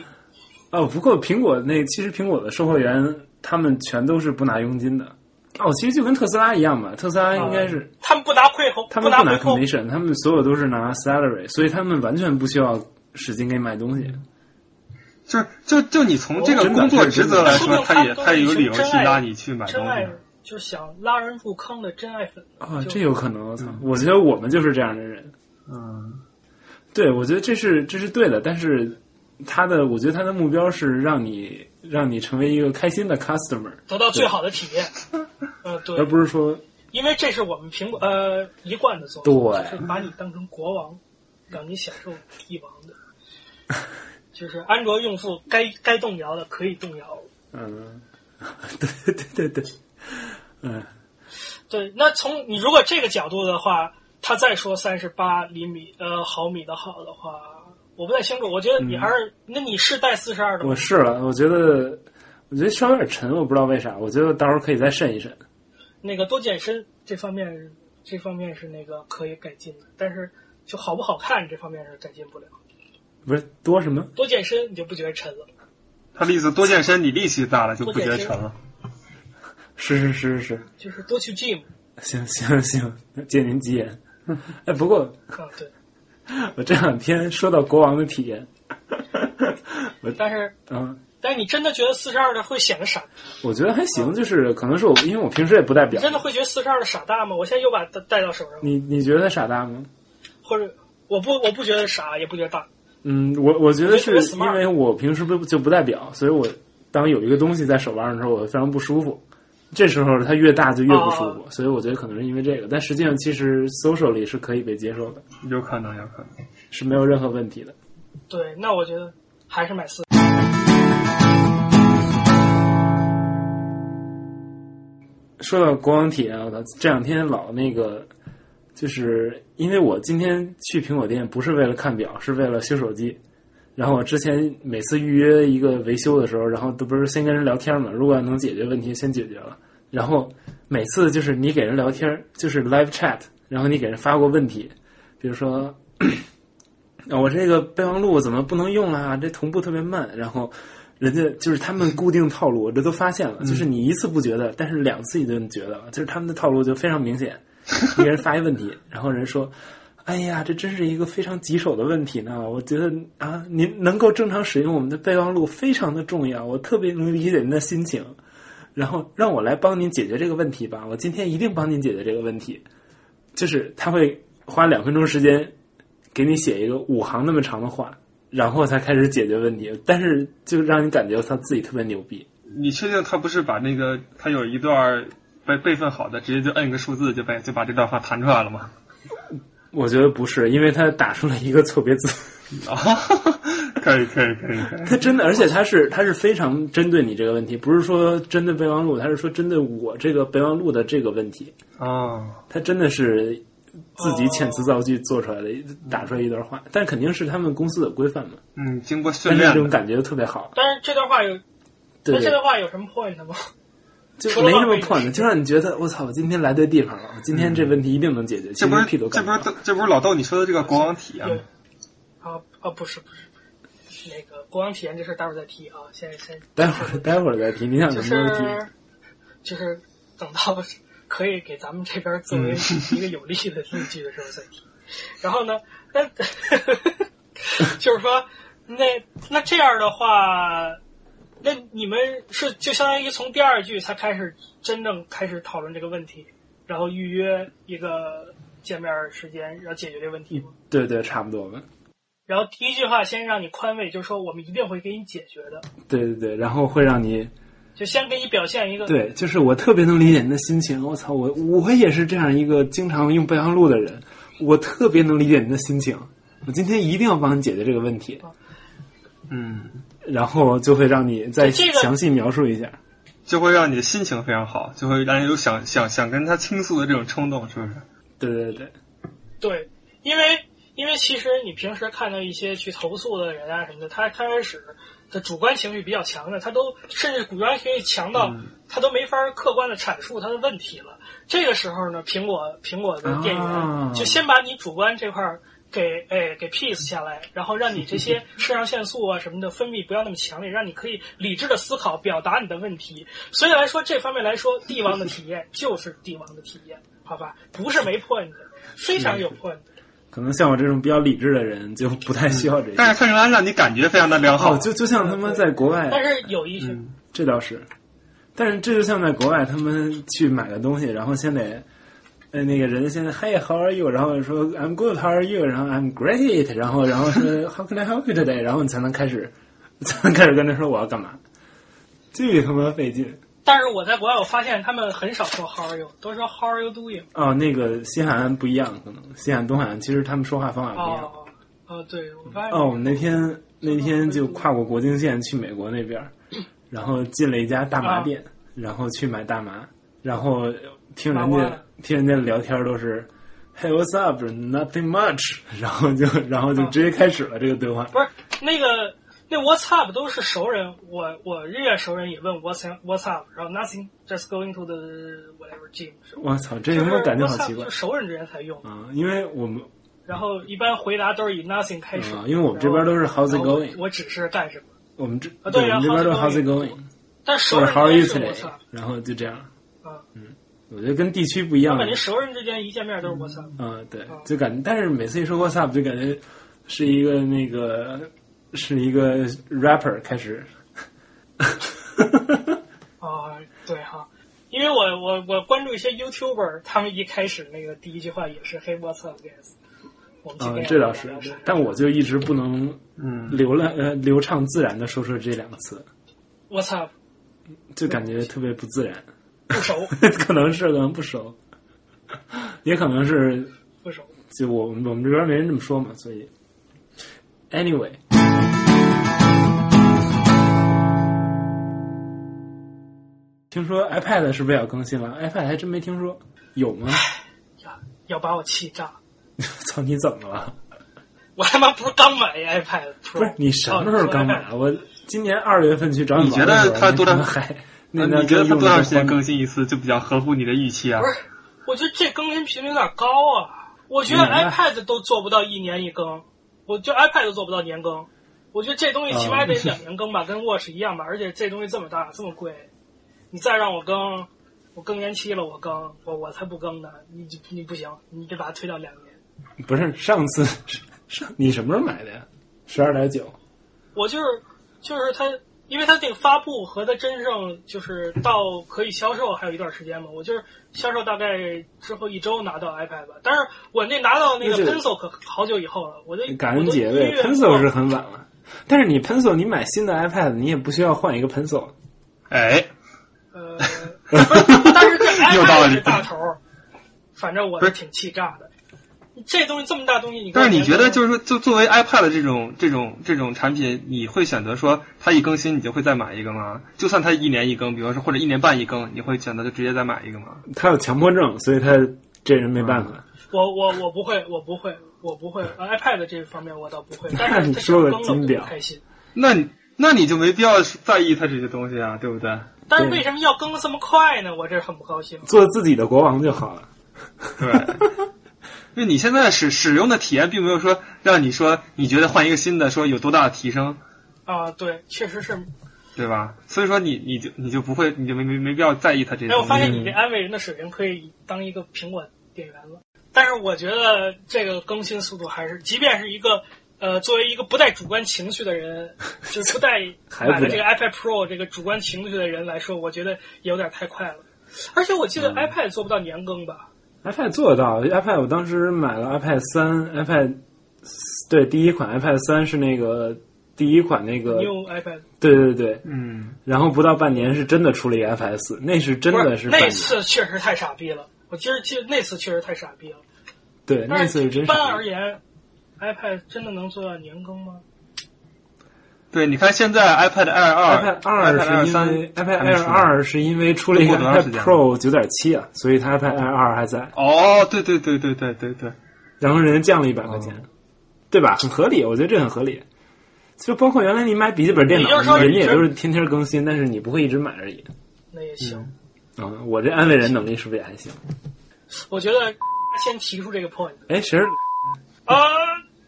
哎哦，不过苹果那其实苹果的售货员他们全都是不拿佣金的。哦，其实就跟特斯拉一样吧，特斯拉应该是、他们不拿亏后，他们拿拿回扣， commission，他们所有都是拿 salary，所以他们完全不需要使劲给你买东西。就是就就你从这个真的工作这是职真责的来说，说明他他也们都他是也一有群理由真去爱拉你去买真东爱西。就是想拉人入坑的真爱粉啊、就这有可能，我操！我觉得我们就是这样的人。嗯，对，我觉得这是这是对的，但是他的，我觉得他的目标是让你让你成为一个开心的 customer，得到最好的体 验。呃，而对，不是说因为这是我们苹果呃一贯的做法，对就是把你当成国王，让你享受帝王的。 就是安卓用户该该动摇的可以动摇。嗯， 对对对对，嗯，对，那从你如果这个角度的话，他再说三十八厘米呃毫米的好的话，我不太清楚。我觉得你还是，那你是带四十二的吗我？试了，我觉得我觉得稍微有点沉，我不知道为啥，我觉得到时候可以再慎一慎。那个多健身这方面，这方面是那个可以改进的，但是就好不好看这方面是改进不了。不是多什么？多健身你就不觉得沉了，他的意思多健身，你力气大了就不多健觉得身沉了。是是是是是，就是多去 gym 行行行，借您吉言。哎，不过啊，对。我这两天说到国王的体验，我但是，嗯，但是你真的觉得四十二的会显得傻？我觉得还行，就是可能是我因为我平时也不戴你表，真的会觉得四十二的傻大吗？我现在又把它带到手上，你你觉得傻大吗？或者我不我不觉得傻，也不觉得大。嗯，我我觉得是我觉得特别因 smart 为我平时不就不戴表，所以我当有一个东西在手腕上的时候，我非常不舒服。这时候它越大就越不舒哦服，所以我觉得可能是因为这个。但实际上，其实 social 里是可以被接受的，有可能，有可能。是没有任何问题的。对，那我觉得还是买四。说到国王体验，啊我操，这两天老那个，就是因为我今天去苹果店不是为了看表，是为了修手机。然后我之前每次预约一个维修的时候，然后都不是先跟人聊天嘛，如果能解决问题，先解决了。然后每次就是你给人聊天，就是 live chat，然后你给人发过问题，比如说。 啊我这个备忘录怎么不能用啊啦？这同步特别慢，然后人家就是他们固定套路，我这都发现了。就是你一次不觉得，但是两次你就觉得了，就是他们的套路就非常明显。一个人发一问题，然后人说：“哎呀，这真是一个非常棘手的问题呢。我觉得啊，您能够正常使用我们的备忘录非常的重要，我特别能理解您的心情。然后让我来帮您解决这个问题吧，我今天一定帮您解决这个问题。”就是他会花两分钟时间给你写一个五行那么长的话，然后才开始解决问题，但是就让你感觉他自己特别牛逼。你确定他不是把那个他有一段备备份好的，直接就摁个数字就把就把这段话弹出来了吗？我觉得不是，因为他打出了一个错别字，啊，可以，可以，可以，可以。他真的，而且他是他是非常针对你这个问题，不是说针对备忘录，他是说针对我这个备忘录的这个问题，哦，他真的是自己遣词造句做出来的，打出来一段话，但肯定是他们公司的规范嘛，嗯，经过训但是练这种的，感觉特别好，但是这段话有，对对那这。段话有什么 point 吗？ 就除了没什么浪费破的，就让你觉得我操，我今天来对地方了，我今天这问题一定能解决。这其不实是屁都这干不不是了。这不是老豆你说的这个国王体验对吗？，啊啊，不是不是不是，那个国王体验这事儿待会儿再提啊，先先待会儿待会儿再提，你想就什么嗯问题？是就是等到可以给咱们这边作为嗯一个有利的论据的时候再提。 然后呢，那 就是说，那那这样的话，那你们是就相当于从第二句才开始真正开始讨论这个问题，然后预约一个见面时间，然后解决这个问题吗？对对，差不多吧。然后第一句话先让你宽慰，就是说我们一定会给你解决的，对对对，然后会让你就先给你表现一个对，就是我特别能理解你的心情。我操，我我也是这样一个经常用备忘录的人，我特别能理解你的心情。我今天一定要帮你解决这个问题。嗯，然后就会让你再这个详细描述一下。就会让你的心情非常好，就会让你有想想想跟他倾诉的这种冲动，是不是？对对对，对，因为因为其实你平时看到一些去投诉的人啊什么的，他刚开始的主观情绪比较强的，他都甚至主观情绪强到嗯他都没法客观的阐述他的问题了。这个时候呢，苹果苹果的店啊员就先把你主观这块儿。给哎给 piece 下来，然后让你 这些肾上腺素啊什么的分泌不要那么强烈，让你可以理智的思考，表达你的问题。所以来说，这方面来说，帝王的体 验就是帝王的体验，好吧？不是没 point，的非常有 point。可能像我这种比较理智的人就不太需嗯要这但些。是特什安让你感觉非常的良好哦，，就就像他们在国外，但是有一些，嗯，这倒是，但是这就像在国外，他们去买个东西，然后先得，呃，那个人先 Hey how are you，然后说 I'm good how are you，然后 I'm great，然后然后说 How can I help you today，然后你才能开始，才能开始跟他说我要干嘛，这他妈费劲但是我在国外我发现他们很少说 How are you，都说 How are you doing。哦。那个西海岸不一样，可能西海岸东海岸其实他们说话方法不一样。哦哦，对，我发现哦，我们那天那天就跨过国境线去美国那边儿，然后进了一家大啊麻店，然后去买大麻，然后听人麻瓜家了听人家聊天都是，Hey what's up? Nothing much，然 后就然后就啊直接开始了这个对话。不是那个那 What's up 都是熟人，我我日月熟人也问 What's up- What's up，然后 Nothing just going to the whatever gym 是吧。我操，这他妈感觉好奇怪就是 What's up 是熟人之间才用，啊！因为我们然后一般回答都是以 nothing 开始啊，，因为我们这边都是 How's 然 it 后 going，我只是干什么，我们这啊对对我然们后这边都是 how's How's it it going，但是熟或者人 How are 之 you 间是 What's today， up，然后就这样。啊嗯，我觉得跟地区不一样我。感觉熟人之间一见面都是 What's up。啊，对，就感但是每次一说 What's up，就感觉是一个那个是一个 rapper 开始。啊，对哈，因为我我我关注一些 YouTuber，他们一开始那个第一句话也是 “Hey what's up guys”，我们今啊天，这倒是，但我就一直不能嗯，流浪呃流畅自然的说出这两个词， what's up 就感觉特别不自然。 不熟可能是可能不熟，也可能是不熟，就我我们这边没人这么说嘛，所以 anyway，听说 iPad 是不是要更新了？iPad 还真没听说，有吗？ 要把我气炸！操，你怎么了？我他妈不是刚买一 iPad 不 Pro，是你什么哦时候刚买？啊？我今年二月份去找你玩的时候觉得它多长那他妈还？那那那你觉得它用多长时得间多更新一次就比较合乎你的预期啊不？是，我觉得这更新频率有点高啊！我觉得嗯那 iPad 都做不到一年一更，我就 iPad 都做不到年更。我觉得这东西起码得两年更吧，跟 Watch 一样吧。而且这东西这么大，这么贵，你再让我更，我更年期了，我更，我我才不更呢！你你不行，你得把它推到两年。不是上次上你什么时候买的呀？十二点九我就是就是它，因为它这个发布和它真正就是到可以销售还有一段时间嘛，我就是销售大概之后一周拿到 iPad 吧，但是我那拿到那那个就 Pencil 可好久以后了，我就感恩节呗，pencil 是很晚了。但是你 pencil 你买新的 iPad，你也不需要换一个 pencil。啊哎， 呃，不是但是这 有道 iPad 理是大头儿，反正我是挺气炸的。这东西这么大东西，你但是你觉得就是是说，就作为 iPad 这种这种这种产品，你会选择说它一更新你就会再买一个吗？就算它一年一更，比方说或者一年半一更，你会选择就直接再买一个吗？他有强迫症，所以他这人没办法。我我我不会，我不会，我不会呃 iPad 这方面我倒不会，但是你它说个更了我金不表开心。那你那你就没必要在意它这些东西啊，对不对？但是对为什么要更的这么快呢？我这很不高兴。做自己的国王就好了。对，因为你现在使使用的体验并没有说让你说你觉得换一个新的说有多大的提升，啊，对，确实是。对吧？所以说你你就你就不会你就没没没必要在意它这些哎，我东发西。现你嗯这安慰人的水平可以当一个苹果店员了。但是我觉得这个更新速度还是，即便是一个呃，作为一个不带主观情绪的 人，就是不带还不带买了这个 iPad Pro 这个主观情绪的人来说，我觉得有点太快了。而且我记嗯得 iPad 做不到年更吧？ iPad 做得到，iPad 我当时买了 iPad 三，iPad 对第一款 iPad 三是那个第一款那个， New iPad 对对对，嗯，然后不到半年是真的出了一 iPad 四，那是真不的是半那年，次确实太傻逼了。我今儿记得那次确实太傻逼了。对那但次是一真般傻逼而言，iPad 真的能做到年更吗？对，你看现在 iPad Air 二 iPad 二是因为 iPad Air 二是因为出了一个过多长时 iPad 间 Pro 九点七啊，所以它 iPad Air 二还在，哦，对对对对对对对，然后人家降了一百块钱，对吧？很合理，我觉得这很合理。就包括原来你买笔记本电你要脑，说人家也这都是天天更新，但是你不会一直买而已。那也行。嗯，我这安慰人能力是不是也还行？我觉得先提出这个 point 哎，谁 是啊，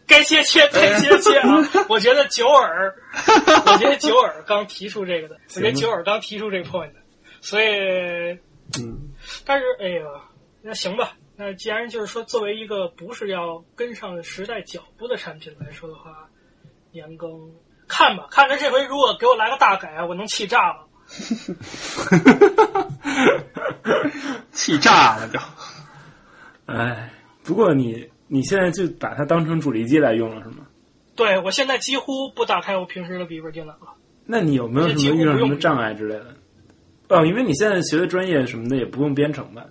该切切该切切 啊！我觉得九耳，我觉得九耳刚提出这个的，啊我觉得九耳刚提出这个 point 的，所以嗯，但是哎呀，那行吧，那既然就是说，作为一个不是要跟上时代脚步的产品来说的话，年更看吧，看着这回如果给我来个大改，啊我能气炸了。气 炸了就。哎，不过你你现在就把它当成主力机来用了是吗？对我现在几乎不打开我平时的笔记本电脑了，那你有没有什么遇这几乎上不什用么障碍之类的？哦，因为你现在学的专业什么的也不用编程吧？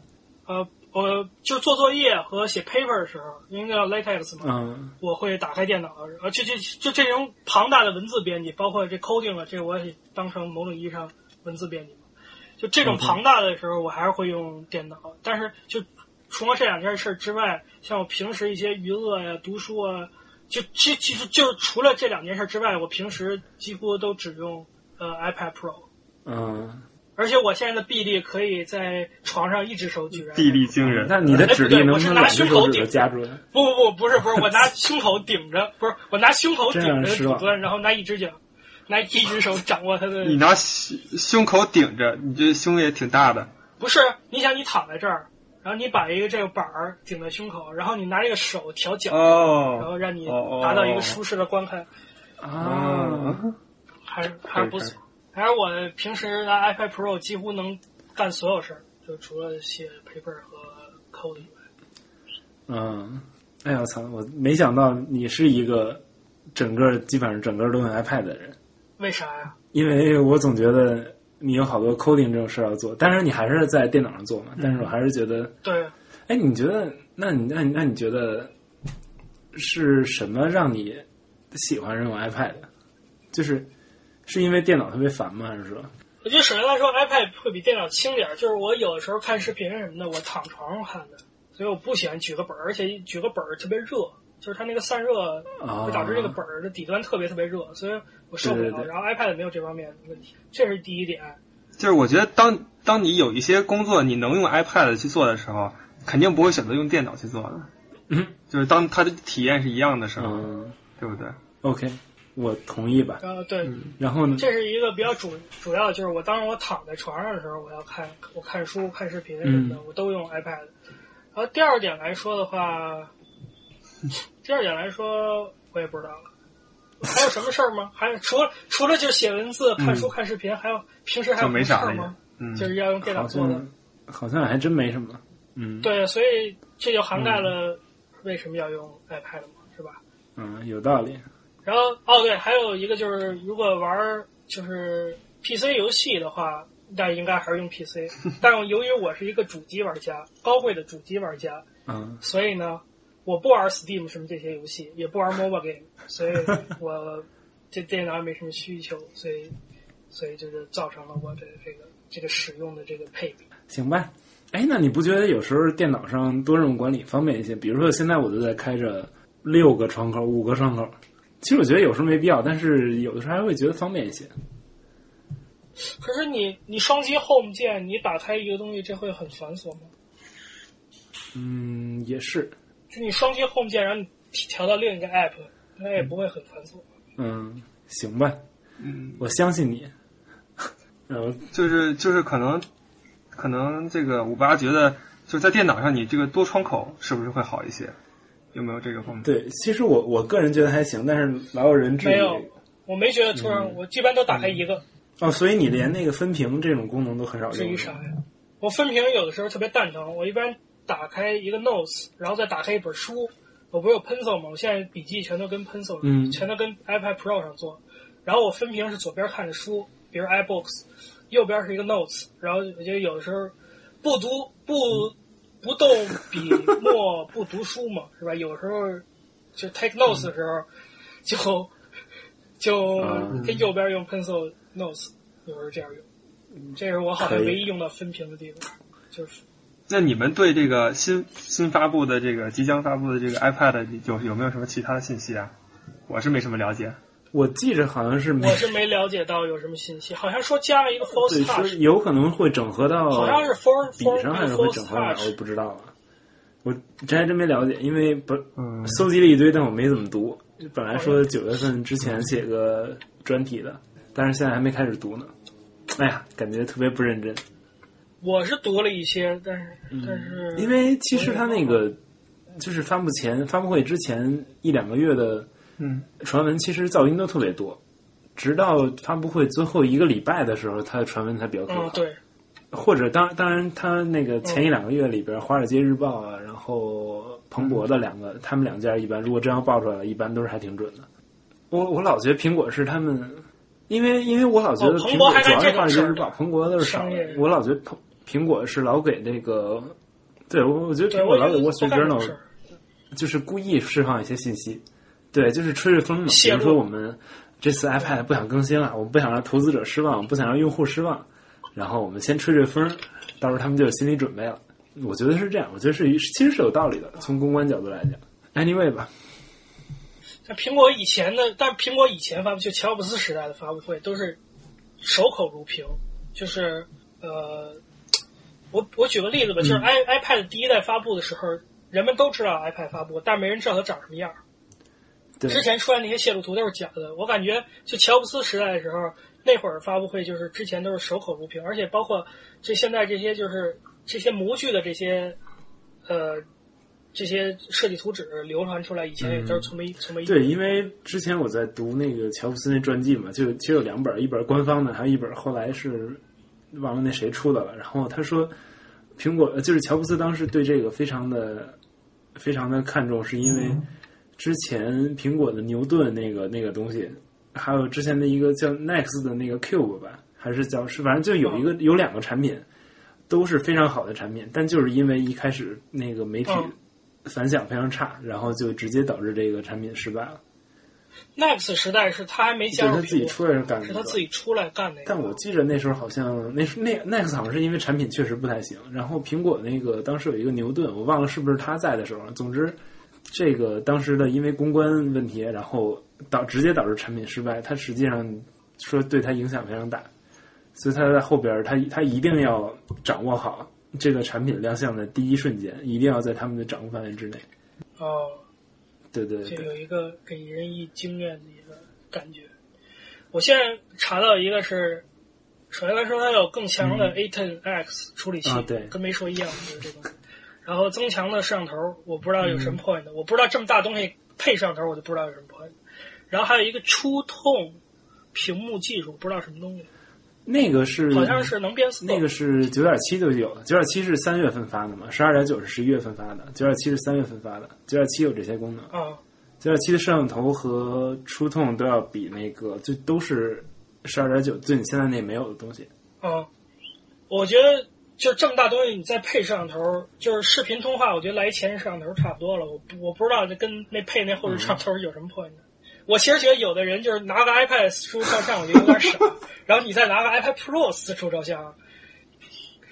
呃，我就做作业和写 paper 的时候，因为叫 LaTeX 嘛，嗯，我会打开电脑，呃，就就就这种庞大的文字编辑，包括这 coding 啊，这个我也当成某种意义上文字编辑嘛。就这种庞大的时候，我还是会用电脑。但是就除了这两件事儿之外，像我平时一些娱乐呀、读书啊，就其其实就除了这两件事之外，我平时几乎都只用呃 iPad Pro。嗯，而且我现在的臂力可以在床上一只手举着，臂力惊人。那你的指力哎能不能两只手指头夹住？不不不，不是不是，我拿胸口顶着，不是我拿胸口顶这样着是主吧端，然后拿一只脚，拿一只手掌握它的。你拿胸胸口顶着，你这胸也挺大的。不是，你想你躺在这儿，然后你把一个这个板儿顶在胸口，然后你拿这个手调角，然后哦，让你哦哦达到一个舒适的观看，啊？还是还是不错。还是我平时拿 iPad Pro 几乎能干所有事儿，就除了写 paper 和 code 以外。嗯，哎呀，我操！我没想到你是一个整个基本上整个都用 iPad 的人，为啥呀？因为我总觉得你有好多 coding 这种事儿要做，但是你还是在电脑上做嘛。但是我还是觉得，对，哎，你觉得？那你那你那你觉得是什么让你喜欢用 iPad 的？就是是因为电脑特别烦吗？还是说？我觉得首先来说，iPad 会比电脑轻点儿。就是我有的时候看视频什么的，我躺床上看的，所以我不喜欢举个本儿，而且举个本儿特别热，就是它那个散热啊会导致这个本儿的底端特别特别热，所以我受不了。对对对然后 iPad 没有这方面的问题，这是第一点。就是我觉得当当你有一些工作你能用 iPad 去做的时候，肯定不会选择用电脑去做的。嗯，就是当它的体验是一样的时候，嗯对不对？ ，OK，我同意吧。然后对，然后呢？这是一个比较主主要，就是我当时我躺在床上的时候，我要看我看书、看视频什么的，嗯我都用 iPad。然后第二点来说的话，第二点来说我也不知道了。还有什么事儿吗？还有除了除了就写文字、看书、看视频，还有平时还有嗯就没啥什么事儿了吗？嗯，就是要用电脑好做的。像好像还真没什么。嗯，，对，所以这就涵嗯盖了为什么要用 iPad 嘛，是吧？嗯，有道理。然后哦对，还有一个就是，如果玩儿就是 PC 游戏的话，那应该还是用 PC。但是由于我是一个主机玩家，高贵的主机玩家，嗯，所以呢，我不玩 Steam 什么这些游戏，也不玩 MOBA game，所以我对电脑也没什么需求，所以所以就是造成了我的这个这个使用的这个配比。行吧。哎，那你不觉得有时候电脑上多任务管理方便一些？比如说现在我就在开着六个窗口、五个窗口，其实我觉得有时候没必要，但是有的时候还会觉得方便一些。可是你你双击 Home 键，你打开一个东西，这会很繁琐吗？嗯，也是。就你双击 Home 键，然后你调到另一个 App，那也不会很繁琐。嗯，行吧，嗯，我相信你。呃，就是就是可能可能这个五八觉得就是在电脑上你这个多窗口是不是会好一些？有没有这个方面？对，其实我我个人觉得还行，但是老有人质没有疑。，我没觉得突然，嗯我一般都打开一个。哦，所以你连那个分屏这种功能都很少用。至于啥呀？我分屏有的时候特别蛋疼，我一般打开一个 Notes，然后再打开一本书。我不是有 Pencil 吗？我现在笔记全都跟 Pencil，、嗯全都跟 iPad Pro 上做。然后我分屏是左边看着书，比如 iBooks，右边是一个 Notes。然后我觉得有的时候不读不不动 笔墨不读书嘛，是吧？有时候就 take notes 的时候，就就嗯跟右边用 Pencil Notes，有时候这样用。嗯这是我好像可以唯一用到分屏的地方，就是那你们对这个新新发布的这个即将发布的这个 iPad 有有没有什么其他的信息啊？我是没什么了解。我记着好像是没我是没了解到有什么信息，好像说加了一个对 Force 说 Touch，有可能会整合到好像是 For 笔 For 上还是会 Force 整合哪儿，我 Touch，不知道啊。我这还真没了解，因为不嗯搜集了一堆，但我没怎么读。本来说九月份之前写个专题的，但是现在还没开始读呢。哎呀，感觉特别不认真。我是读了一些，但是但是嗯因为其实他那个就是发布前、发布会之前一两个月的嗯传闻，其实噪音都特别多。直到发布会最后一个礼拜的时候，他的传闻才比较可嗯靠。对，或者当当然，他那个前一两个月里边，《华尔街日报》啊，然后彭博的两个，他们两家一般如果真要爆出来了，一般都是还挺准的。我我老觉得苹果是他们，因为因为我老觉得哦苹彭果博主要还干这是《种华尔街事儿日报》，彭博都是少商的业。我老觉得苹苹果是老给这个，对我我觉得对苹果我觉老给得 Wall 不 Street 干这种 Journal 事儿。就是故意释放一些信息，对，就是吹吹风嘛。比泄露如说我们这次 iPad 不想更新了，我们不想让投资者失望，不想让用户失望，然后我们先吹吹风，到时候他们就有心理准备了。我觉得是这样，我觉得是其实是有道理的，从公关角度来讲。Anyway 吧，但苹果以前的，但苹果以前发布就乔布斯时代的发布会都是守口如瓶，就是呃，我我举个例子吧，就是嗯 i iPad 第一代发布的时候，人们都知道 iPad 发布，但没人知道它长什么样儿。对，之前出来那些泄露图都是假的，我感觉就乔布斯时代的时候，那会儿发布会就是之前都是守口如瓶，而且包括这现在这些就是这些模具的这些呃。这些设计图纸流传出来，以前也都是从没、从没嗯对，因为之前我在读那个乔布斯那传记嘛，就其实有两本，一本官方的，还有一本后来是忘了那谁出的了。然后他说，苹果呃就是乔布斯当时对这个非常的非常的看重，是因为之前苹果的牛顿那个那个东西，还有之前的一个叫 Next 的那个 Cube 吧，还是叫是反正就有一个有两个产品。都是非常好的产品，但就是因为一开始那个媒体嗯反响非常差，然后就直接导致这个产品失败了。 Next 时代是他还没就加是入他自己苹果出来干的，是他自。己出来干的。但我记着那时候好像那时那那个好像是因为产品确实不太行，然后苹果那个当时有一个牛顿，我忘了是不是他在的时候了。总之，这个当时的因为公关问题，然后导直接导致产品失败，它实际上说对它影响非常大，所以他在后边儿他他一定要掌握好这个产品亮相的第一瞬间，一定要在他们的掌握范围之内。哦，对对这对，有一个给人以经验的一个感觉。我现在查到一个是，首先来说它有更强的 A10X 处理器，嗯啊对跟没说一样，就是这个。然后增强的摄像头，我不知道有什么嗯 point 的，我不知道这么大东西配摄像头，我就不知道有什么 point。然后还有一个触痛屏幕技术，不知道什么东西，那个是好像是能变色。嗯那个是九点七就有了，九点七是三月份发的嘛，十二点九是十一月份发的，九点七是三月份发的，九点七有这些功能。啊，九点七的摄像头和触痛都要比那个，就都是十二点九，就你现在那没有的东西。嗯，我觉得就这么大东西，你再配摄像头，就是视频通话，我觉得来前置摄像头差不多了。我不我不知道这跟那配那后置摄像头有什么破呢？我其实觉得有的人就是拿个 iPad 四处照相，我觉得有点傻。然后你再拿个 iPad Pro 四处照相，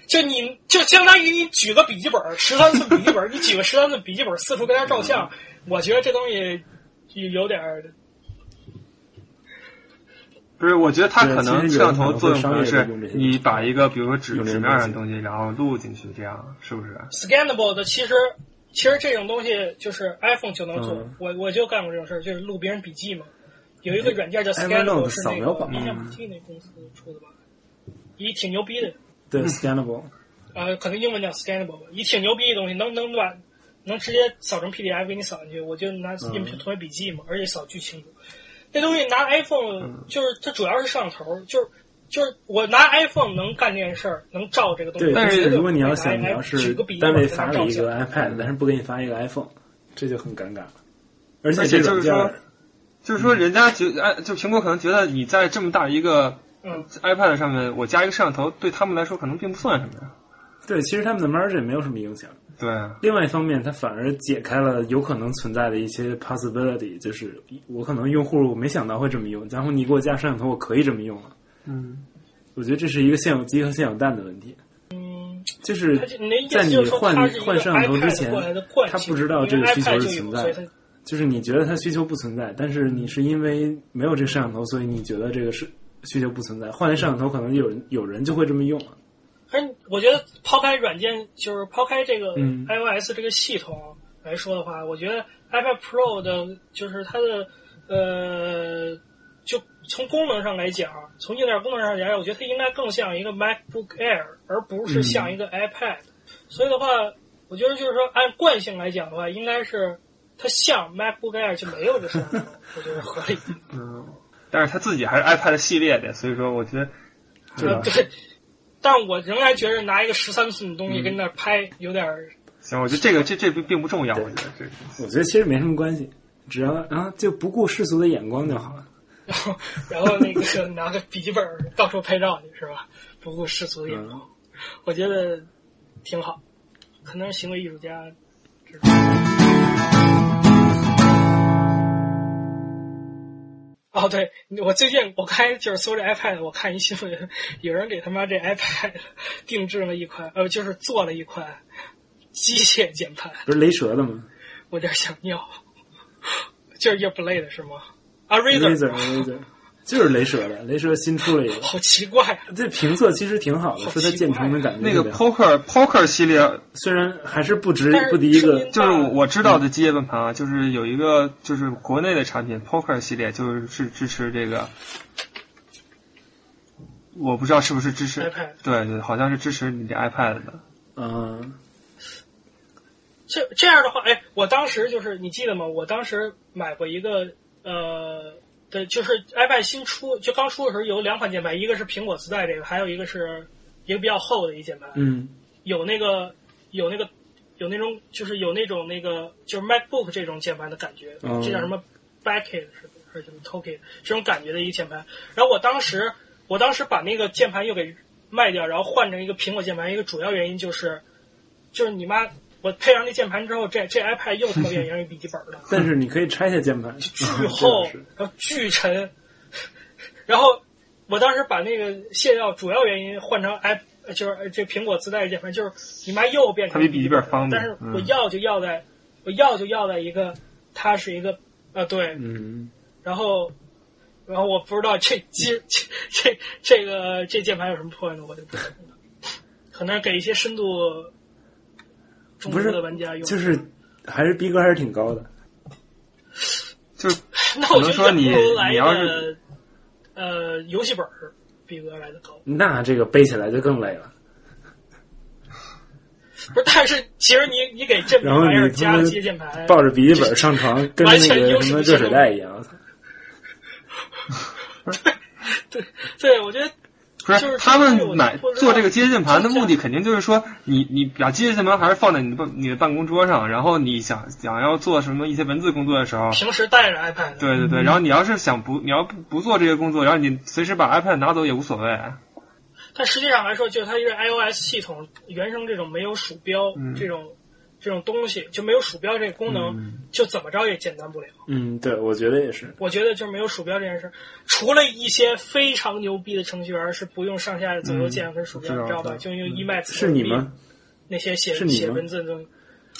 就你就相当于你举个笔记本十三寸笔记本，你举个十三寸笔记本四处跟他照相，我觉得这东西有有点儿不是，我觉得它可能对其实摄有像头作用可可能会能是商业的用这些你把一个比如说纸用这些纸面上的东东西，然后录进去，这样是不是？嗯 scannable 的，其实其实这种东西就是 iPhone 就能做。嗯哎我我就干过这种事儿，就是录别人笔记嘛。有一个软件叫 Evernote scannable，是扫那描个榜印象笔记那公司出的吧？也挺牛逼的，对，scannable，呃，可能英文叫 scannable，吧也挺牛逼的东西，能能把能直接扫成 PDF 给你扫进去，我就拿嗯印成为笔记嘛，而且扫巨清楚。那东西拿嗯 iPhone 就是它主要是摄像头，就是就是我拿 iPhone 能干这件事儿，能照这个东西。对。但但是如果你要想你拿要 iPhone 举是个笔记单位本发给了它照一相个 iPad，但是不给你发一个 iPhone，这就很尴尬。而且而这且就软是件说儿，就是说人家觉哎，就苹果可能觉得你在这么大一个嗯 iPad 上面，我加一个摄像头，对他们来说可能并不算什么呀。对，其实他们的 margin 没有什么影响。对啊，另外一方面，它反而解开了有可能存在的一些 possibility，就是我可能用户我没想到会这么用，然后你给我加摄像头，我可以这么用了。嗯，我觉得这是一个现有鸡和现有蛋的问题。嗯，就是它就你的意在思你就是说换它是一个换摄像头之 iPad 过来前的惯，性他不知道这个需求是存在因的为 iPad 就有所以。它就是你觉得它需求不存在，但是你是因为没有这个摄像头，所以你觉得这个是需求不存在。换一摄像头，可能有人有人就会这么用了。而哎我觉得抛开软件，就是抛开这个嗯 iOS 这个系统来说的话，我觉得 iPad Pro 的，就是它的呃，就从功能上来讲，从硬件功能上来讲，我觉得它应该更像一个 MacBook Air，而不嗯是像一个 iPad。所以的话，我觉得就是说，按惯性来讲的话，应该是它像 MacBook Air 就没有这摄像头，我觉得合理。但是他自己还是 iPad 系列的，所以说我觉得对吧？呃对，但我仍然觉得拿一个十三寸的东西跟那儿拍有点儿。行，我觉得这个这这并并不重要，我觉得这个。我觉得其实没什么关系，只要啊就不顾世俗的眼光就好了。然后然后那个拿个笔记本儿到处拍照去是吧？不顾世俗的嗯眼光，我觉得挺好。可能是行为艺术家知道。哦，对，我最近我开就是搜这 iPad，我看一新闻，有人给他妈这 iPad 定制了一款，呃，就是做了一款机械键盘。不是雷蛇的吗我有点想尿， 就是也不累的是吗？啊 r a z o ？Razer r Razer 就是雷蛇的，雷蛇新出了一个。好奇怪啊！这评测其实挺好的，好奇说它建成的感觉那特个别好。 Poker Poker 系列，虽然还是不值但是不敌一声个音就是我我知道的机械键盘啊，就是有一个就是国内的产品 Poker 系列，就是是支持这个，我不知道是不是支持 iPad 对对，好像是支持你的 iPad 的。嗯这这样的话，哎，我当时就是你记得吗？我当时买过一个呃的，就是 iPad 新出就刚出的时候有两款键盘，一个是苹果自带这个，还有一个是一个比较厚的一键盘，嗯有那个有那个有那种就是有那种那个就是 MacBook 这种键盘的感觉，嗯这叫什么 Backit 是不是还是什么 Tokit 这种感觉的一个键盘。然后我当时我当时把那个键盘又给卖掉，然后换成一个苹果键盘，一个主要原因就是就是你妈。我配上这键盘之后，这这 iPad 又他妈变成一笔记本了。但是你可以拆下键 盘，巨嗯厚这个是，然后巨沉。 然后我当时把那个卸掉，主要原因换成 i，就是这苹果自带键盘，就是你妈又变成它比笔记本方便但是嗯我要就要在，我要就要在一个，它是一个啊对，嗯。然后。然后我不知道这机 这这这个这键盘有什么破坏呢？我就不懂了。可能给一些深度中不度是的玩家用。就是还是逼格还是挺高的。就是 那我觉得也不如来你要是个呃游戏本儿逼格来的高，那这个背起来就更累了。不是？但是其实你你给这然后玩意儿你加他了妈机械键盘，抱着笔记本上床，跟完那全个优什势么不热水相袋一样。对，我觉得不是、就是他这个们买我我知道做这个机械键盘的就这样目的，肯定就是说你你把机械键盘还是放在你的办你的办公桌上，然后你想想要做什么一些文字工作的时候，平时带着 iPad，对对对，然后你要是想不你要不不做这些工作，然后你随时把 iPad 拿走也无所谓。但实际上来说，就是它一个 iOS 系统原生这种没有鼠标、嗯这种这种东西，就没有鼠标这个功能，就怎么着也简单不了。嗯，对，我觉得也是。我觉得就是没有鼠标这件事，除了一些非常牛逼的程序员是不用上下左右键跟鼠标，嗯你知道知道吧？就用 Emacs 是你吗？那些写是你吗写文字的东西。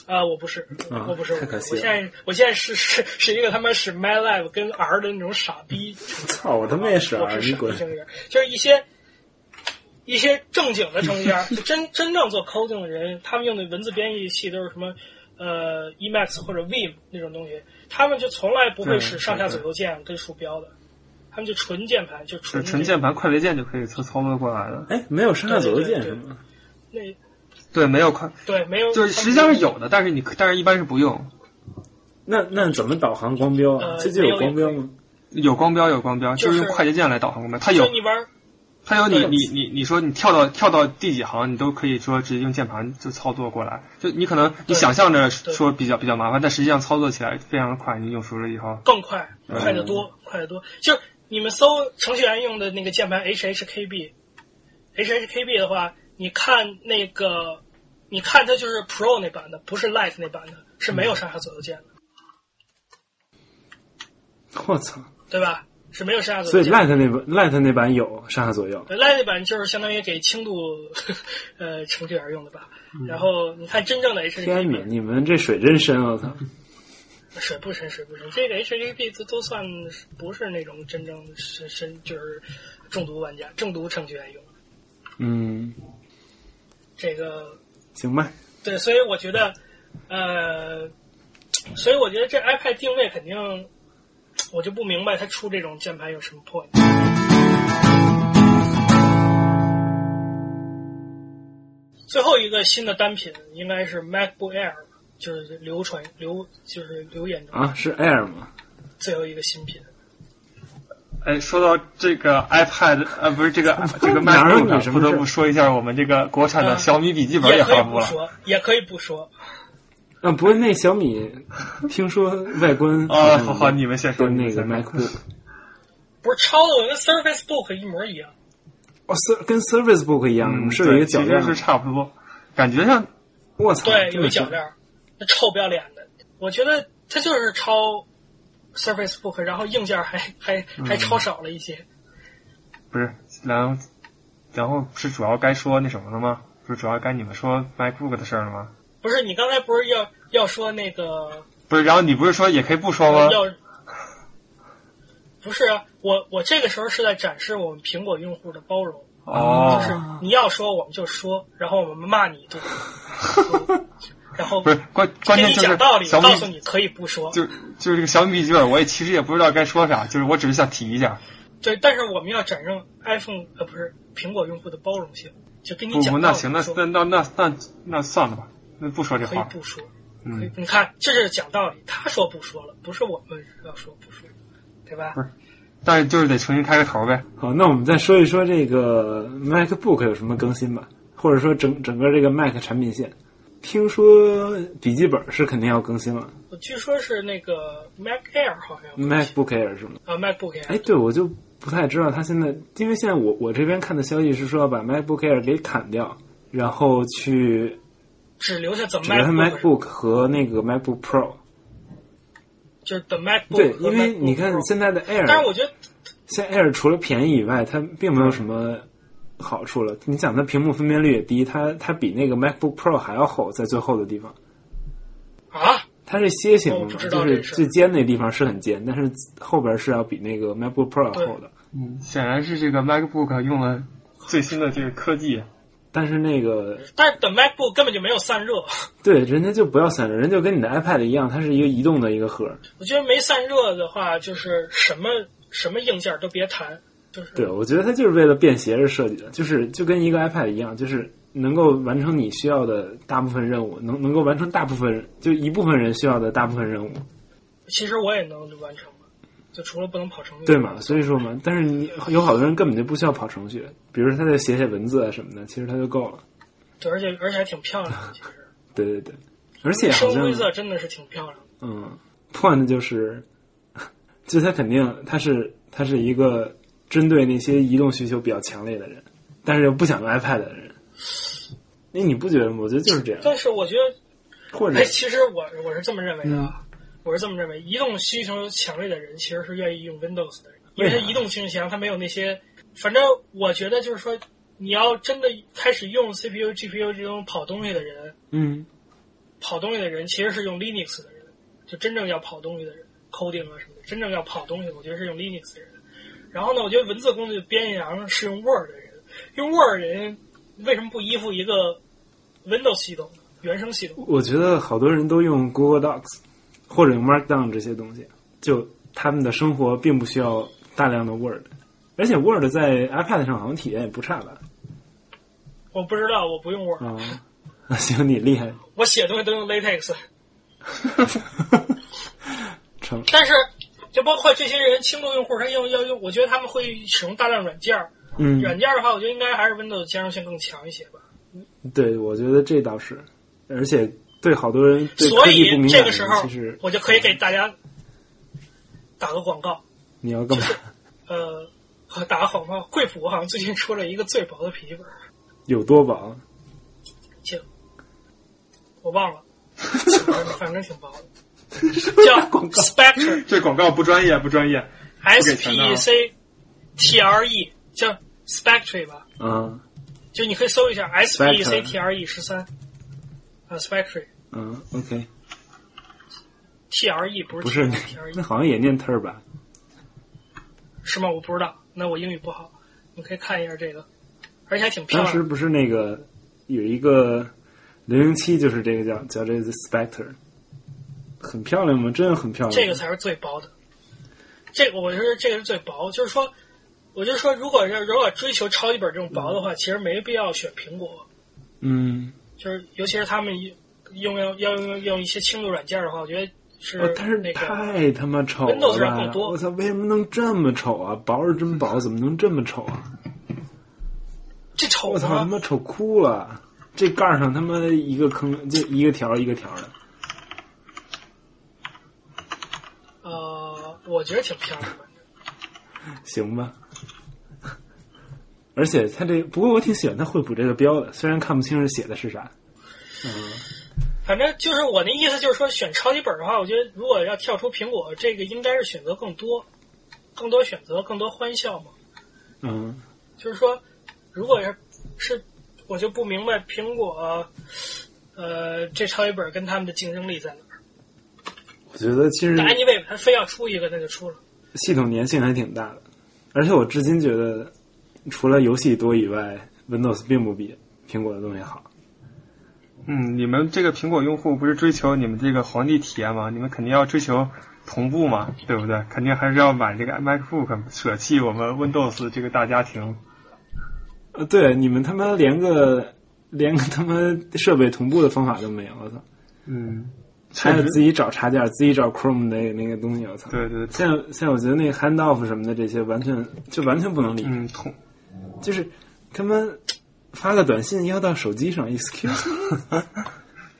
啊、我不是，啊我不是，太可惜我了现在我现在是是 是一个他妈使 MyLab 跟 R 的那种傻逼，操，我他妈也嗯是我啊！是你傻逼滚程！序员，就是一些一些正经的程序员，真 真正做 coding 的人，他们用的文字编译器都是什么呃 Emacs 或者 Vim 那种东西，他们就从来不会对使上下对左右键跟鼠标的，他们就纯键盘，就就纯是纯键盘快捷键就可以操操作过来了。哎，没有上下左右键对是对对吗？那对，没有快，对没有，就是实际上是有的，但是你但是一般是不用。那那怎么导航光标啊？呃这就有光标吗？有光标有光标，就就是是用快捷键来导航光标。它他有你玩儿它有你对你你你说你跳到跳到第几行，你都可以说直接用键盘就操作过来。就你可能你想象着说比较比较麻烦，但实际上操作起来非常的快。你用熟了以后，更快，嗯快得多，快得多。就是你们搜程序员用的那个键盘 HHKB，HHKB 的话，你看那个你看它就是 Pro 那版的，不是 Lite 那版的，是嗯没有上下左右键的， 我操！对吧？是没有上下左所右以键 Lite 那版 Lite 那版有上下左右， l i t 版就是相当于给轻度呃程序员用的吧。然后你看真正的嗯 HTTP 天哪，你们这水真深！我操，水不深，水不深。这个 HTTP 都都算是不是那种真正深深就是中毒玩家、中毒程序员用的嗯，这个。行吧，对，所以我觉得，呃，所以我觉得这 iPad 定位肯定，我就不明白它出这种键盘有什么 point。最后一个新的单品应该是 MacBook Air，就是流传流就是流言中啊，是 Air 吗？最后一个新品。哎，说到这个 iPad，呃，不是这个这个哪有 MacBook，你呢什么不得事不说一下我们这个国产的嗯小米笔记本也可以发布不了。说，也可以不说。啊，不是那小米，听说外观啊，好好，你们先说。跟你那们个先说 MacBook，不是抄的，我跟 Surface Book 一模一样。哦，是跟 Service Book 一样，嗯，是有一对个脚其垫实儿，是差不多，感觉上我操，对，这有么一脚像链儿，那臭不要脸的。我觉得它就是抄 Surface Book，然后硬件儿还还嗯还抄少了一些。不是，然后然后是主要该说那什么了吗？不是主要该你们说 MacBook 的事儿了吗？不是你刚才不是要要说那个不是，然后你不是说也可以不说吗？要？哦不是啊，我我这个时候是在展示我们苹果用户的包容，哦，就是你要说我们就说，然后我们骂你 一顿，然后不是关关给键你就是讲道理，小米告诉你可以不说。就就是这个小米笔记本，我也其实也不知道该说啥，就是我只是想提一下。对，但是我们要展现 iPhone 呃不是苹果用户的包容性，就跟你不讲不，道那理行，那说那那那那那算了吧，那不说这可以话。不说，可以嗯，你看这就是讲道理，他说不说了，不是我们要说不说，对吧不？嗯是但是就是得重新开个头呗。好，那我们再说一说这个 MacBook 有什么更新吧，或者说整整个这个 Mac 产品线。听说笔记本是肯定要更新了我据说是那个 Mac Air 好像，MacBook Air 是吗？啊 MacBook Air，哎，对，我就不太知道它现在，因为现在我我这边看的消息是说要把 MacBook Air 给砍掉，然后去只留下 The 只留下 MacBook， MacBook 和那个 MacBook Pro。就是 The MacBook 对，和因为你 MacBook 看 Pro 现在的但是 Air，我觉得现在 Air 除了便宜以外，它并没有什么好处了。你想，它屏幕分辨率也低，它它比那个 MacBook Pro 还要厚，在最厚的地方。啊，它是楔形哦的我嘛，不知道就是这事儿最尖那地方是很尖，但是后边是要比那个 MacBook Pro 要厚的。嗯，显然是这个 MacBook 用了最新的这个科技。但是那个但是 The MacBook 根本就没有散热，对，人家就不要散热，人就跟你的 iPad 一样，它是一个移动的一个盒儿。我觉得没散热的话，就是什么什么硬件都别谈，就是对，我觉得它就是为了便携而设计的，就是就跟一个 iPad 一样，就是能够完成你需要的大部分任务，能能够完成大部分就一部分人需要的大部分任务，其实我也能完成吧，就除了不能跑程序，对嘛？所以说嘛，但是你有好多人根本就不需要跑程序，比如说他在写写文字啊什么的，其实他就够了。对，而且而且还挺漂亮的，其 实。对对对，而且好深像灰色真的是挺漂亮的。嗯，point 就是，就他肯定他是他是一个针对那些移动需求比较强烈的人，但是又不想用 iPad 的人。那你不觉得吗？我觉得就是这样，但是我觉得，或 者哎，其实我我是这么认为的，啊，我是这么认为，移动需求强烈的人其实是愿意用 Windows 的人，因为他为啥移动性强，他没有那些。反正我觉得就是说，你要真的开始用 CPU、GPU 这种跑东西的人，嗯，跑东西的人其实是用 Linux 的人，就真正要跑东西的人，coding 啊什么的，真正要跑东西，我觉得是用 Linux 的人。然后呢，我觉得文字工具编译上是用 Word 的人，用 Word 的人为什么不依附一个 Windows 系统呢、原生系统？我觉得好多人都用 Google Docs 或者用 Markdown 这些东西，就他们的生活并不需要大量的 Word，而且 Word 在 iPad 上好像体验也不差吧？我不知道，我不用 Word，、啊、啊， 行，你厉害，我写东西都用 LaTeX。成，但是，就包括这些人轻度用户，他用要用，我觉得他们会使用大量软件儿。嗯，软件儿的话，我觉得应该还是 Windows 兼容性更强一些吧。对，我觉得这倒是，而且对好多人对所科技不以敏这感个的时人，候其实，嗯我就可以给大家打个广告，你要干嘛？呃，我打个广告，惠普好像最近出了一个最薄的笔记本，有多薄？就我忘了，反正 挺薄的，叫 Spectre 这广告不专业，不专业。啊 S P E C T R E 叫 Spectre 吧，嗯就你可以搜一下 S P E C Spectre T R E 十三，啊 Spectre 嗯，OK， T R E 不是不是 T R 那 E 好像也念 ter 吧？是吗？我不知道，那我英语不好，你可以看一下这个，而且还挺漂当亮时的。不是那个有一个零零七，就是这个叫叫这个 Spectre，很漂亮吗？真的很漂亮。这个才是最薄的。这个我觉得这个是最薄，就是说，我就说，如果要如果追求抄一本这种薄的话，其实没必要选苹果，嗯，就是尤其是他们用要要用用一些轻度软件的话，我觉得是哦但是那个太他妈丑了 Windows 上更吧！多我操，为什么能这么丑啊？薄是真薄，怎么能这么丑啊？这丑我操，他吗？妈丑哭了！这盖儿上他妈一个坑，就一个条儿一个条儿的。呃，我觉得挺漂亮的。行吧。而且他这，不过我挺喜欢他惠普这个标的，虽然看不清是写的是啥。反正就是我那意思，就是说选超级本的话，我觉得如果要跳出苹果，这个应该是选择更多，更多选择，更多欢笑嘛。嗯，就是说，如果要是我就不明白苹果，呃，这超级本跟他们的竞争力在哪儿？我觉得其实那 anyway，他非要出一个，那就出了。系统粘性还挺大的，而且我至今觉得，除了游戏多以外，Windows 并不比苹果的东西好。嗯，你们这个苹果用户不是追求你们这个皇帝体验吗？你们肯定要追求同步嘛，对不对？肯定还是要买这个 MacBook，舍弃我们 Windows 这个大家庭。呃，对，你们他妈连个连个他妈设备同步的方法都没有，我操！嗯，还确有自实，己找插件，自己找 Chrome 那那个东西，我操！对对，现在现在我觉得那个 Handoff 什么的这些完全就完全不能理解。嗯，同就是他们发个短信要到手机上，excuse me，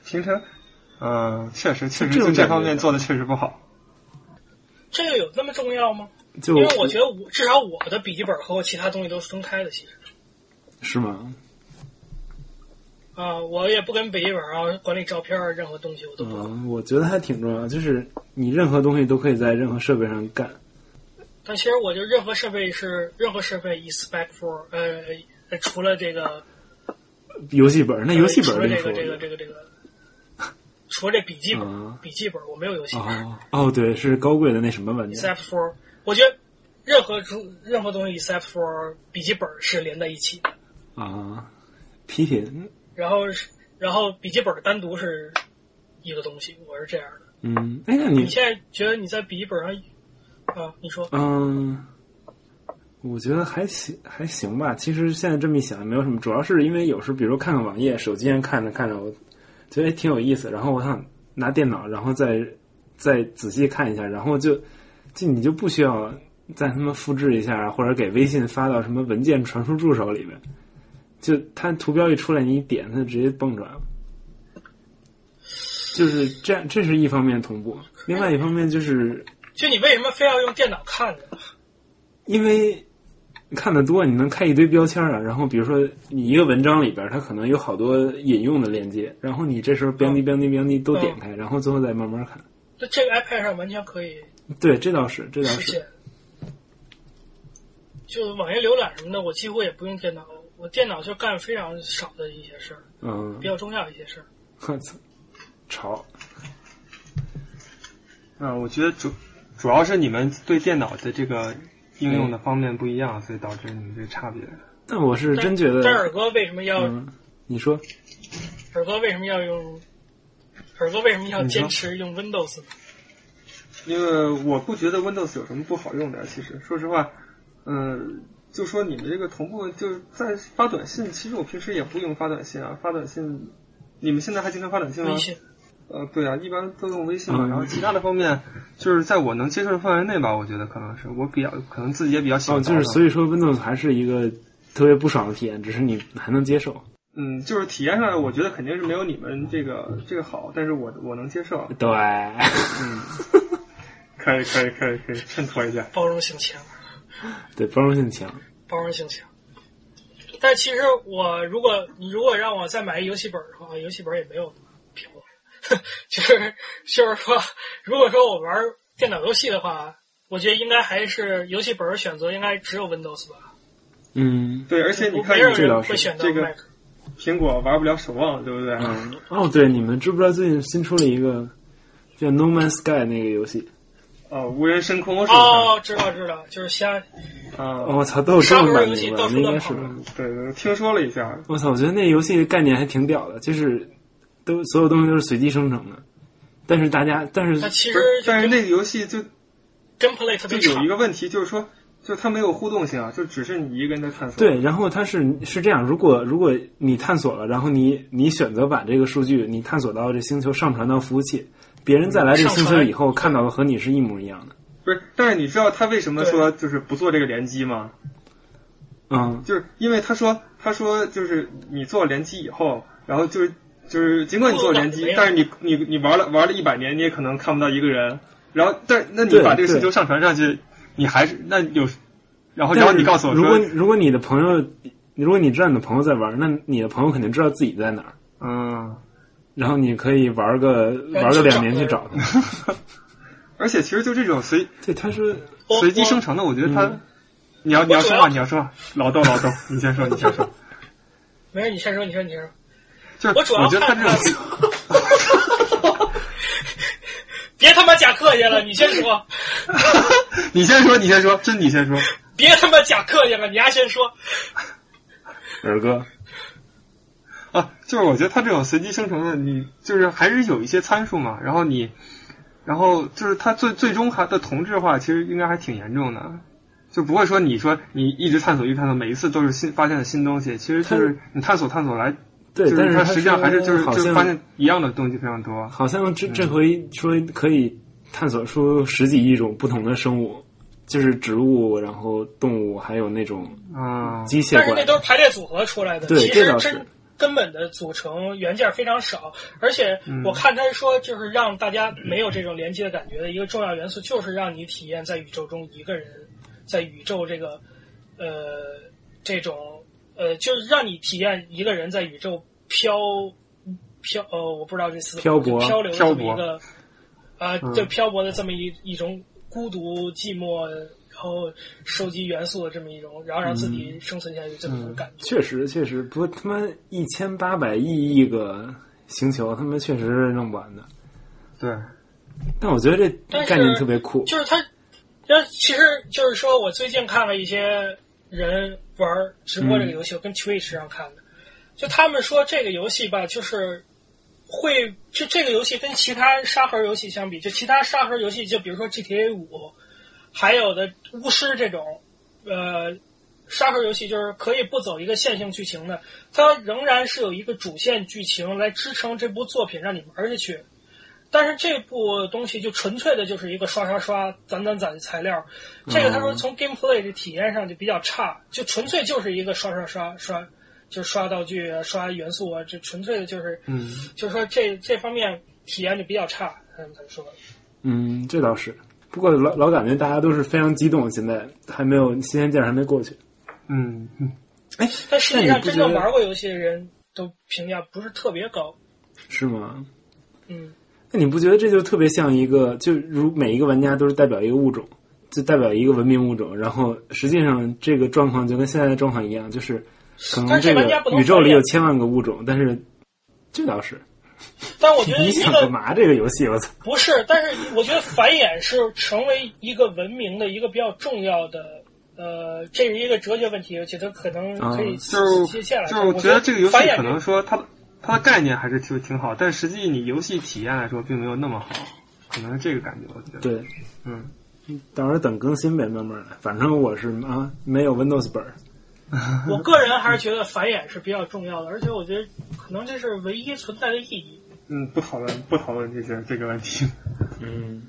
平常，嗯、确实确这实种就这感方觉面做的确实不好。这个有那么重要吗？就因为我觉得我至少我的笔记本和我其他东西都是分开的，其实是吗？啊、我也不跟笔记本啊管理照片啊任何东西我都不管。嗯，我觉得还挺重要，就是你任何东西都可以在任何设备上干。但其实我就任何设备是任何设备 is back for 呃呃除了这个游戏本儿，那游戏本除儿了另这说个这个这个这个，除了这笔记本、嗯笔记本我没有游戏本。哦哦，对，是高贵的那什么玩意儿 except for，我觉得任何出任何东西 except for 笔记本是连在一起的，啊？皮品，然后是然后笔记本单独是一个东西，我是这样的。嗯，哎，那你你现在觉得你在笔记本上啊？你说嗯，我觉得还行，还行吧。其实现在这么一想，也没有什么，主要是因为有时候，比如看看网页，手机上看着看着，我觉得挺有意思，然后我想拿电脑，然后再再仔细看一下，然后就就你就不需要再他妈复制一下，或者给微信发到什么文件传输助手里边，就它图标一出来，你一点它就直接蹦出来了。就是这样，这是一方面同步，另外一方面就是就你为什么非要用电脑看呢？因为看的多，你能开一堆标签啊。然后比如说你一个文章里边，它可能有好多引用的链接，然后你这时候标嗯题标题标题都点开，然后最后再慢慢看。那这个 iPad 上完全可以对，这倒是，这倒实是。现。就网页浏览什么的，我几乎也不用电脑，我电脑就干非常少的一些事儿，嗯比，较重要一些事儿。我操，潮。嗯、我觉得主主要是你们对电脑的这个应用的方面不一样，所以导致你们这个差别。但我是真觉但是得，耳哥为什么要嗯，你说耳哥为什么要用？耳哥为什么要坚持用 Windows 呢？因为我不觉得 Windows 有什么不好用的，其实说实话，嗯，就说你们这个同步，就是在发短信，其实我平时也不用发短信啊，发短信，你们现在还经常发短啊信吗微？信呃，对啊，一般都用微信嘛。嗯然后其他的方面，就是在我能接受的范围内吧，我觉得可能是我比较，可能自己也比较喜哦，欢打就扰。是所以说 Windows 还是一个特别不爽的体验，只是你还能接受。嗯，就是体验上来，我觉得肯定是没有你们这个这个好，但是我我能接受。对， 可以，可以，可以，可以衬托一下。包容性强，对，包容性强。包容性强。但其实我如果你如果让我再买一游戏本的话，游戏本也没有屏幕， 就是就是说，如果说我玩电脑游戏的话，我觉得应该还是游戏本儿选择应该只有 Windows 吧，嗯，对，而且你看没你有这倒人是会选择这个 Mac。苹果玩不了守望，对不对？嗯，哦，对，你们知不知道最近新出了一个叫《No Man's Sky》那个游戏？哦，无人深空是吧？哦，知道知道，就是瞎啊，哦我操，都有这沙么盒版游戏名到了，处那应该乱是跑吧。对对，对听说了一下，我操，我觉得那游戏的概念还挺屌的，就是都所有东西都是随机生成的，但是大家但是它其不实是就但是跟那个游戏就跟 Play 特就别有长一，个问题，就是说，就是它没有互动性啊，就只是你一个人在探索。对，然后它是是这样，如果如果你探索了，然后你你选择把这个数据你探索到这星球上传到服务器，别人再来这个星上球传以后看到的和你是一模一样的。不是，但是你知道他为什么说就是不做这个联机吗？嗯，就是因为他说他说就是你做联机以后，然后就是就是尽管你做联互动机没，有但是你你你玩了玩了一百年，你也可能看不到一个人。然后，但那你对把这个对星球上传上去，你还是那有，然后但然后是你告诉我如果说，如果你的朋友，如果你知道你的朋友在玩，那你的朋友肯定知道自己在哪儿，嗯，然后你可以玩个哎玩个去两找年他去找他。 而且其实就这种随对，他 说我随机我生成的，我觉得他嗯，你要你要说主要话，你要说话，老豆老豆，你先说，你先说。没事，你先说，你说，你先说。就是我主要觉得他看这种，别他妈假客气了，你先说， 你先说，你先说，真你先说。别他妈假客气了，你丫先说。尔哥，啊，就是我觉得它这种随机生成的，你就是还是有一些参数嘛，然后你，然后就是它最最终还的同质化，其实应该还挺严重的，就不会说你说你一直探索一直探索，每一次都是新发现的新东西，其实就是你探索探索来，就对，但是是他它实际上还是就是说好就是发像现一样的东西非常多。好像这这回说可以探索出十几亿种不同的生物，就是植物，然后动物，还有那种嗯，机械但是怪那。都是排列组合出来的，对其这实倒是真根本的组成元件非常少，而且嗯我看他说，就是让大家没有这种联机的感觉的一个重要元素，就是让你体验在宇宙中一个人在宇宙这个呃这种呃，就是让你体验一个人在宇宙漂漂呃，我不知道这词漂泊漂流的这么漂一个啊，对漂泊的这么一一种孤独、寂寞，然后收集元素的这么一种，然后让自己生存下去这么一种感觉。确实，确实，不过他妈一千八百亿亿个星球，他们确实是弄不完的。对，但我觉得但这是概念特别酷。就是它，那其实就是说我最近看了一些人玩直播这个游戏，我跟 Twitch 上看的，就他们说这个游戏吧，就是会就这个游戏跟其他沙盒游戏相比，就其他沙盒游戏，就比如说 GTA 五，还有的巫师这种，呃。沙盒游戏就是可以不走一个线性剧情的，它仍然是有一个主线剧情来支撑这部作品让你玩下去。但是这部东西就纯粹的就是一个刷刷刷、攒攒攒的材料，这个他嗯说从 gameplay 的体验上就比较差，就纯粹就是一个刷刷刷刷，就是刷道具啊、刷元素啊，这纯粹的就是，嗯，就是说这这方面体验就比较差。嗯，怎么说？嗯，这倒是。不过老老感觉大家都是非常激动，现在还没有新鲜劲儿还没过去。嗯，哎但实际那上你不真觉得正玩过游戏的人都评价不是特别高。是吗？嗯，那你不觉得这就特别像一个，就如每一个玩家都是代表一个物种，就代表一个文明物种，然后实际上这个状况就跟现在的状况一样，就是可能但是这个玩家不能宇宙分里裂有千万个物种，但是这倒是但我觉得 你一想个干嘛这个游戏？我操！不是，但是我觉得繁衍是成为一个文明的一个比较重要的，呃，这是一个哲学问题，我觉得可能可以就接下来就看。是我觉得这个游戏繁衍可能说它的它的概念还是挺挺好，但实际你游戏体验来说并没有那么好，可能是这个感觉，我觉得。，对，嗯，到时候等更新呗，慢慢来。反正我是啊，没有 Windows 本儿，我个人还是觉得繁衍是比较重要的，而且我觉得可能这是唯一存在的意义。嗯，不讨论不讨论这些这个问题。 嗯，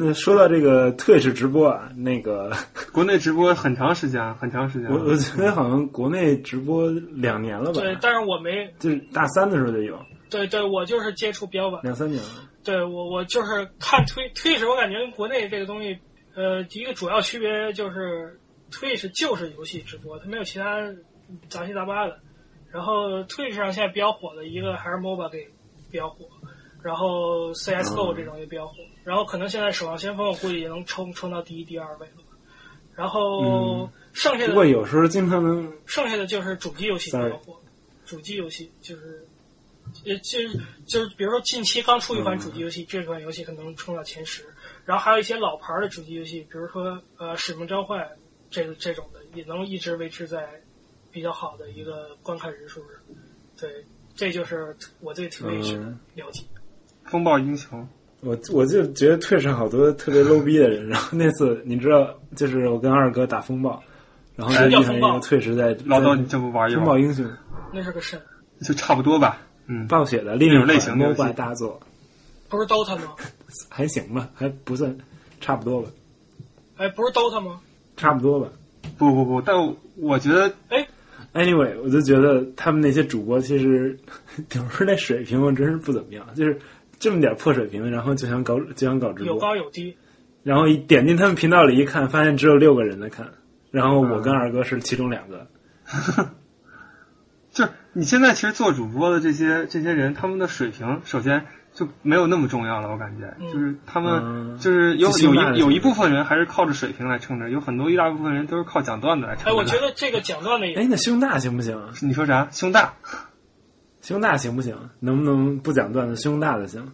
那说到这个 Twitch 直播啊，那 个国内直播很长时间啊，很长时间啊。我我觉得好像国内直播两年了吧，对，但是我没就是大三的时候就有，对对，我就是接触比较晚。两三年了。对我我就是看推推时，我感觉跟国内这个东西，呃，一个主要区别就是 Twitch 就是游戏直播，它没有其他杂七杂八的。然后 Twitch 上现在比较火的一个还是 MOBA game 比较火，然后嗯 CS:GO 这种也比较火。然后可能现在《守望先锋》我估计也能冲冲到第一、第二位了吧。然后嗯剩下不的、过有时候经常能剩下的就是主机游戏比 Sorry 较火，主机游戏就是，也就是就是比如说近期刚出一嗯款主机游戏，这款游戏可能冲到前十，然后还有一些老牌儿的主机游戏，比如说呃《使命召唤》这个这种的，也能一直维持在比较好的一个观看人数上。对，这就是我对 Twitch 的嗯了解。风暴英雄，我我就觉得退上好多特别 low 逼的人，然后那次你知道，就是我跟二哥打风暴，然后哎就遇上一个退职在老刀在你这不玩一风暴玩，英雄那是个肾，就差不多吧。嗯，暴雪的另这一种类型的游戏 MOBA 大作，不是 DOTA 吗？还行吧，还不算，差不多吧，哎，不是 DOTA 吗？差不多吧。不不不，但我觉得 Anyway，我就觉得他们那些主播其实有时候那水平我真是不怎么样，就是这么点破水平，然后就想搞就想搞直播，有高有低。然后一点进他们频道里一看，发现只有六个人在看，然后嗯我跟二哥是其中两个。就是你现在其实做主播的这些这些人，他们的水平首先就没有那么重要了，我感觉、嗯就是他们、嗯就是有自信有大的一有一水平部分人还是靠着水平来撑着，有很多一大部分人都是靠讲段子来撑着哎，的。我觉得这个讲段的也哎，那胸大行不行啊？你说啥？胸大？胸大行不行？能不能不讲段子，胸大的行？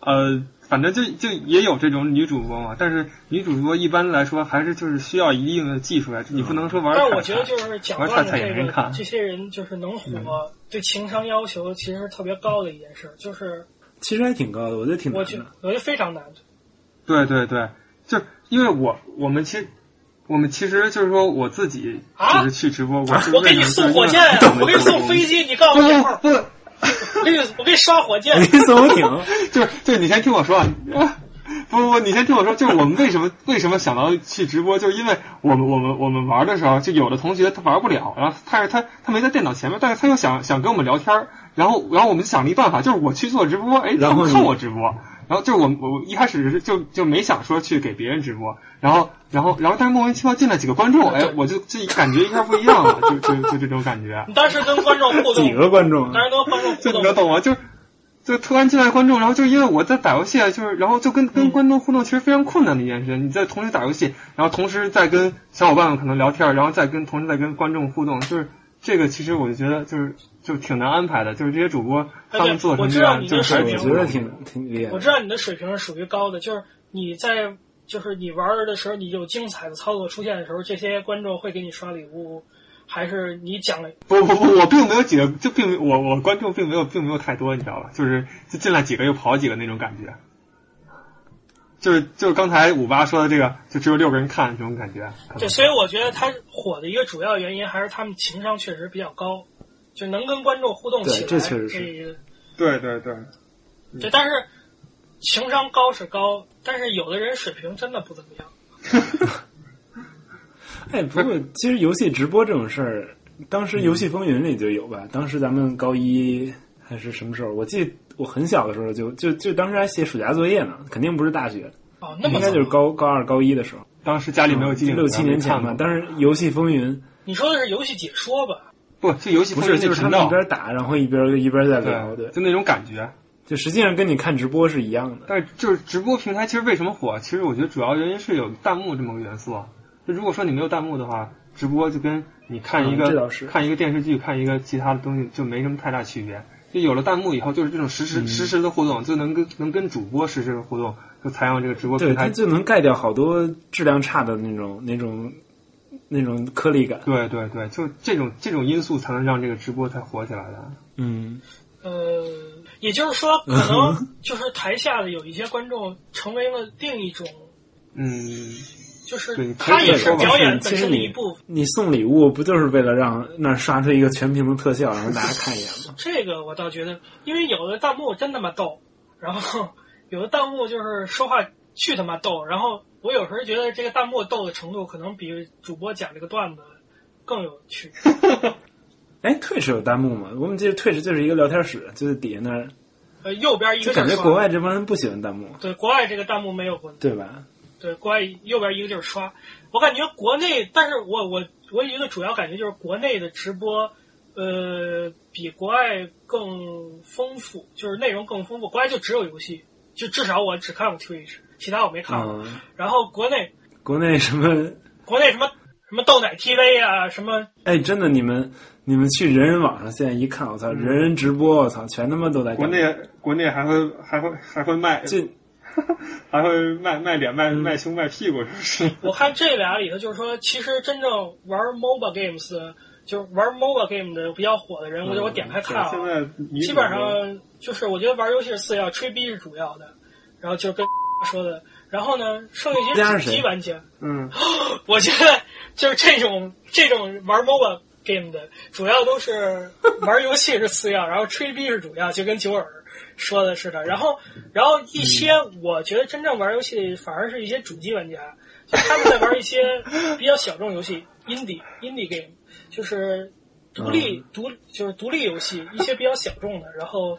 呃，反正就就也有这种女主播嘛，但是女主播一般来说还是就是需要一定的技术嗯啊，你不能说玩儿但侃侃。我觉得就是讲玩段看子看也这没个看，这些人啊嗯就是能火，对情商要求其实是特别高的一件事儿，就是其实还挺高的，我觉得挺难我觉的。我觉得非常难。对对对，就是因为我我们其实我们其实就是说我自己啊就是去直播，我是 我为给什你么送火箭啊，我给你送飞。机，你告诉不我一不会 儿，不，不我给你我给你刷火箭 我给。你送游 艇， 就是就是你先听我说啊，不不不，你先听我说，就是我们为什么为什么想到去直播，就是因为我们我们我们玩的时候，就有的同学他玩不了，然后他是他他没在电脑前面，但是他又想想跟我们聊天儿，然后然后我们就想了一办法，就是我去做直播，哎，他然后们你看我直播，然后就是我们我一开始是就就没想说去给别人直播，然后然后然后但是莫名其妙进来几个观众，哎，我就这感觉一下不一样了，就就就这种感觉。你当时跟观众互动几，个观众啊当时跟观众就互你能动，懂吗？就是就突然进来观众，然后就因为我在打游戏，啊，就是然后就跟跟观众互动其实非常困难的一件事。你在同时打游戏，然后同时在跟小伙伴们可能聊天，然后再跟同时在跟观众互动，就是这个其实我就觉得就是就挺难安排的，就是这些主播哎他们对做成我知这道样，你就这是还挺水我平觉得挺挺厉害我的。知道你的水平是属于高的，就是你在就是你玩儿的时候，你有精彩的操作出现的时候，这些观众会给你刷礼物，还是你讲了不不不，我并没有几个，就并没我我观众并没有并没有太多，你知道吧？就是就进来几个又跑几个那种感觉，就是就是刚才五八说的这个，就只有六个人看这种感觉。可能对，所以我觉得他火的一个主要原因还是他们情商确实比较高，就能跟观众互动起来。对这确实是嗯一个对对对，对，但是情商高是高，但是有的人水平真的不怎么样。哎，不过其实游戏直播这种事儿，当时《游戏风云》里就有吧？当时咱们高一还是什么时候？我记得我很小的时候就就就当时还写暑假作业呢，肯定不是大学，哦，那应么该早就是高高二高一的时候，当时家里没有机顶，六七年前吧。嘛。当时《游戏风云》你说的是游戏解说吧？不，这游戏不风云是那就是他频们一道，边打，然后一边一边在聊，对对，，就那种感觉。就实际上跟你看直播是一样的。但是就是直播平台其实为什么火？其实我觉得主要原因是有弹幕这么个元素啊。就如果说你没有弹幕的话，直播就跟你看一嗯这个、倒是看一个电视剧、看一个其他的东西就没什么太大区别。就有了弹幕以后，就是这种实时、嗯实时的互动，就能跟能跟主播实时的互动，就才让这个直播对，平它台就能盖掉好多质量差的那种、那种、那种颗粒感。对对对，就这种这种因素才能让这个直播才火起来的。嗯，呃，也就是 说，可能就是台下的有一些观众成为了另一种，嗯，就是对他也是可以这么说吧表演是本身的其实一部分。你送礼物不就是为了让那儿刷出一个全屏的特效，然后大家看一眼吗？这个我倒觉得，因为有的弹幕真他妈逗，然后有的弹幕就是说话巨他妈逗，然后我有时候觉得这个弹幕逗的程度可能比主播讲这个段子更有趣。哎，退是有弹幕吗？我们记得退是就是一个聊天室，就是底下那儿，呃，右边一就个感是觉刷国外这帮人不喜欢弹幕，对国外这个弹幕没有过，对吧？对，国外右边一个就是刷。我感觉国内，但是我我我有一个主要感觉就是国内的直播，呃，比国外更丰富，就是内容更丰富。国外就只有游戏，就至少我只看过 Twitch，其他我没看过。嗯，然后国内国内什么？国内什么什么豆奶 TV 啊，什么哎，真的，你们你们去人人网上现在一看，我操，人人直播，我操，全他妈都在国干内国内还会还会还会卖，这还会卖卖脸、嗯卖卖胸、卖屁股，是不 是？我看这俩里头，就是说，其实真正玩 MOBA games 的，就是玩 MOBA game 的比较火的人，我就我点开看啊，嗯现在女主基本上就是我觉得玩游戏是次要，吹逼是主要的，然后就是跟说的，然后呢，剩下一家些是主谁机玩家，嗯，我觉得就是这种这种玩 MOBA game 的，主要都是玩游戏是次要，然后吹逼是主要，就跟九耳说的似的。然后，然后一些我觉得真正玩游戏的反而是一些主机玩家，就他们在玩一些比较小众游戏，indie indie game，就是独立、独就是独立游戏，一些比较小众的，然后。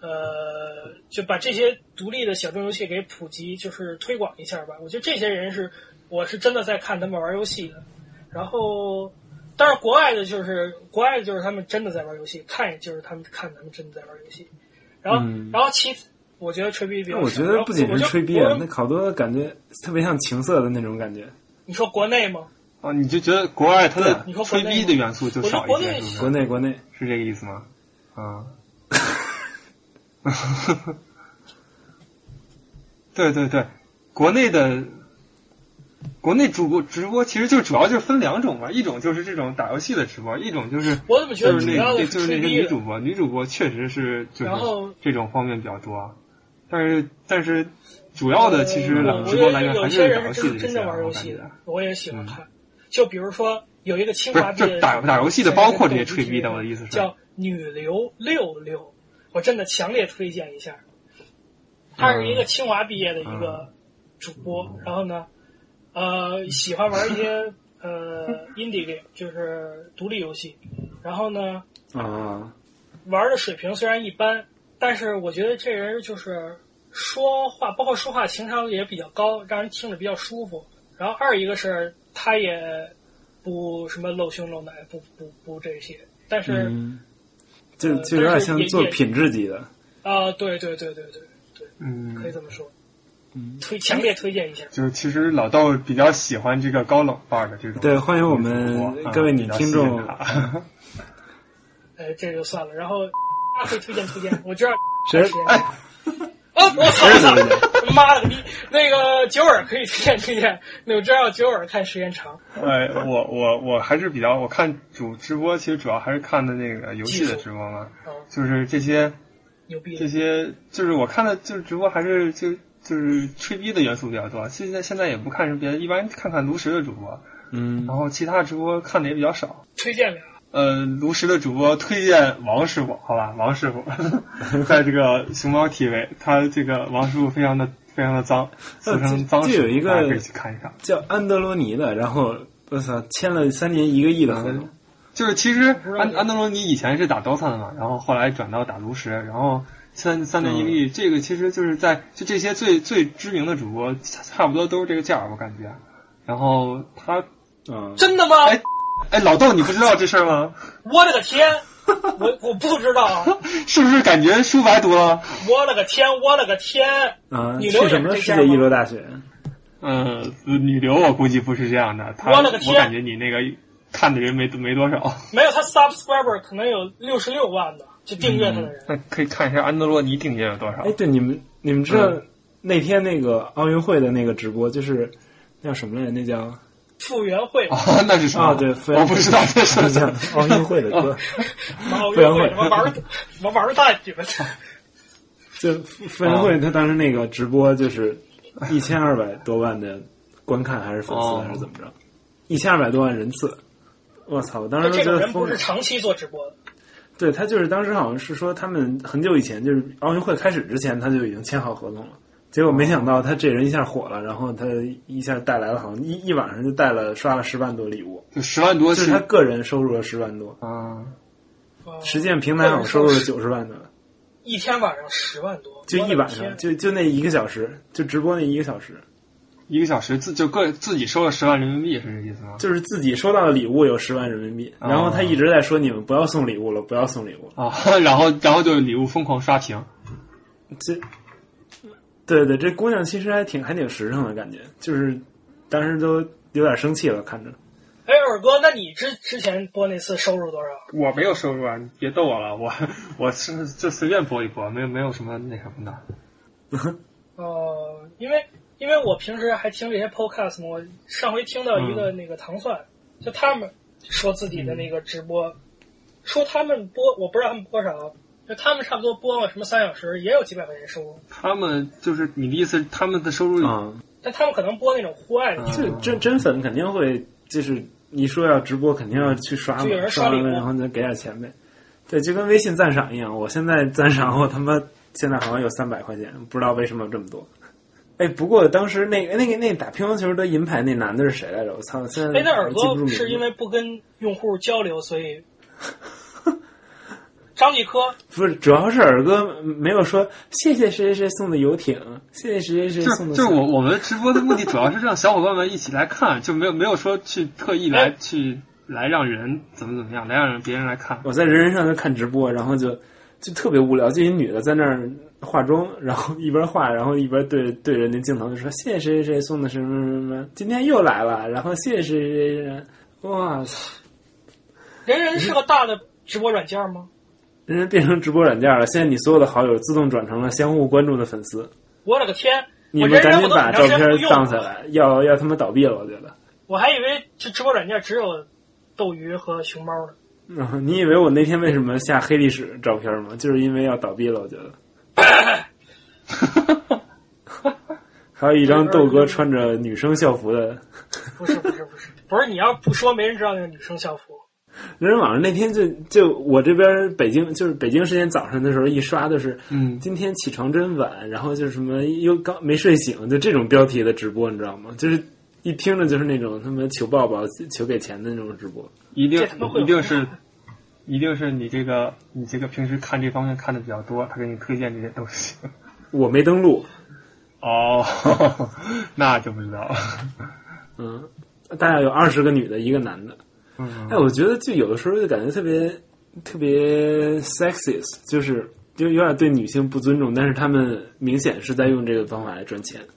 呃，就把这些独立的小众游戏给普及，就是推广一下吧。我觉得这些人是，我是真的在看他们玩游戏的。然后，但是国外的就是国外的就是他们真的在玩游戏，看也就是他们看他们真的在玩游戏。然后，嗯然后其次，我觉得吹逼比较那少。我觉得不仅是吹逼然后啊，我就那我就好多感觉特别像情色的那种感觉。你说国内吗？哦，你就觉得国外它的你说国吹内逼的元素就少一我觉些，得国内是国不是？内国内，是这个意思吗？啊、 对对对，国内的国内主播直播其实就主要就分两种嘛，一种就是这种打游戏的直播，一种就是我怎么觉就得是主那要的那就是吹那些逼女的主？播，女主播确实是就然后是这种方面比较多，啊但是但是主要的其嗯实来直播来源有还些是打人游是戏真的这真些正啊，玩游我感戏觉嗯的。，我也喜欢看。就比如说有一个清不是，华毕就业打打游戏的，包括这些吹逼的的，我的意思是。叫女流六六，我真的强烈推荐一下。他是一嗯个清华毕业的一个主播，然后呢，呃，喜欢玩一些呃 indie game，就是独立游戏，然后呢，啊，玩的水平虽然一般，但是我觉得这人就是说话，包括说话情商也比较高，让人听着比较舒服。然后二一个是他也不什么露胸露奶，不不不这些，但是啊、嗯，就呃就有点但是像也做也品质级的。啊对对对对对，可以嗯，这么说，嗯推强烈推荐一下。就是其实老道比较喜欢这个高冷范儿的这种。对，欢迎我们啊各嗯位女听众，呃，这就算了。然后大家可以推荐推荐，我 知道谁 时间。哦，我操！我操！妈了个逼！那个九耳可以推荐推荐，那我知道九耳看时间长，哎，我我我还是比较，我看主直播其实主要还是看的那个游戏的直播嘛，嗯，就是这些牛逼的这。些，就是我看的就是直播还是就就是吹逼的元素比较多。现在现在也不看什么别的，一般看看炉石的主播， 嗯，然后其他直播看的也比较少。推荐俩，呃，炉石的主播推荐王师傅，好吧，王师傅 在这个熊猫 TV，他这个王师傅非常的非常的脏，俗称脏这师呃有一傅，个大家可以去看一看。叫安德罗尼的，然后我操，签了三年一个亿的合同。就是其实不知道安你安德罗尼以前是打 DOTA 的嘛，然后后来转到打炉石，然后三三嗯年一个亿，这个其实就是在就这些最最知名的主播，差不多都是这个价儿，我感觉。然后他，嗯，真的吗？哎哎，老豆，你不知道这事儿吗？我的个 天！我我不知道啊！是不是感觉书白读了？我了个天！我了个天！啊，你去留言什么是这世样吗界一流大学？呃，女流我估计不是这样的，他我勒个我天感觉你那个看的人没没多少。没有他 subscriber 可能有六十六万的，就订阅他的人。那可以看一下安德罗尼订阅有多少 哎，对，你们你们知道那天那个奥运会的那个直播，就是那叫什么来着？那叫傅园慧、啊？那是什嗯么？啊对非常我不知道这是那叫奥运会的歌，奥运会什 么玩儿什么玩儿蛋，你们就傅园慧她当时那个直播就是一千二百多万的观看还是粉丝哦还是怎么着？一千二百多万人次，我操！我当时都觉这种得人疯不了是。长期做直播的。对他就是当时好像是说他们很久以前就是奥运会开始之前他就已经签好合同了，结果没想到他这人一下火了，然后他一下带来了好像一一晚上就带了刷了十万多礼物，就十万多就是是他个人收入了十万多，啊，啊实践平台好像收入了九十万多，一天晚上十万多，就一晚我的上天就就那一个小时就直播那一个小时，一个小时自就各自己收了十万人民币，是这意思吗？就是自己收到的礼物有十万人民币，然后他一直在说你们不要送礼物了，不要送礼物了。啊， 然后然后就礼物疯狂刷屏，这，对对，这姑娘其实还挺还挺实诚的感觉，就是当时都有点生气了，看着。哎，耳哥，那你之之前播那次收入多少？我没有收入啊，你别逗我了， 我我是就随便播一播，没有没有什么那什么的。哦、因为因为我平时还听这些 podcast 嘛，我上回听到一嗯个那个糖蒜，就他们说自己的那个直播，说他们播，我不知道他们播少，就他们差不多播了什么三小时，也有几百块钱收入，他们就是你的意思，他们的收入啊、但他们可能播那种户外的，这真真粉肯定会，就是一说要直播，肯定要去刷就有嘛，人刷刷礼完物了然后再给点钱呗。对，就跟微信赞赏一样，我现在赞赏我他妈现在好像有三百块钱，不知道为什么这么多。哎，不过当时那个那个那打乒乓球得银牌那男的是谁来着？我操！现在哎，那耳记不住哥名字是因为不跟用户交流，所以 张继科不是，主要是尔哥没有说谢谢谁谁谁送的游艇，谢谢谁谁谁就送的就是伞我我们直播的目的主要是让小伙伴们一起来看，就没有没有说去特意来哎去来让人怎么怎么样，来让人别人来看。我在人人上就看直播，然后就就特别无聊，就一女的在那儿化妆，然后一边化，然后一边对对着那镜头就说：“谢谢谁谁谁送的什么什么什么，今天又来了。”然后谢谢谁谁谁谁，哇操！人人是个大的直播软件吗？人家变成直播软件了，现在你所有的好友自动转成了相互关注的粉丝。我勒个天！你我们人赶人紧我都把很照长时片间不用荡下来，要要他妈倒闭了，我觉得。我还以为这直播软件只有斗鱼和熊猫呢。嗯， 你以为我那天为什么下黑历史照片吗？就是因为要倒闭了，我觉得。还有一张豆哥穿着女生校服的，不是不是不 是不是，你要不说没人知道那个女生校服。人人网上那天就就我这边北京就是北京时间早上的时候一刷都是，嗯今天起床真晚，然后就是什么又刚没睡醒，就这种标题的直播，你知道吗？就是一听着就是那种他妈求抱抱、求给钱的那种直播。一定这他妈会一有定是一定是你这个你这个平时看这方面看的比较多，他给你推荐这些东西。我没登录，哦， 那就不知道了。嗯，大概有二十个女的，一个男的。嗯哎，我觉得就有的时候就感觉特别特别 sexist，就是就有点对女性不尊重，但是他们明显是在用这个方法来赚钱。嗯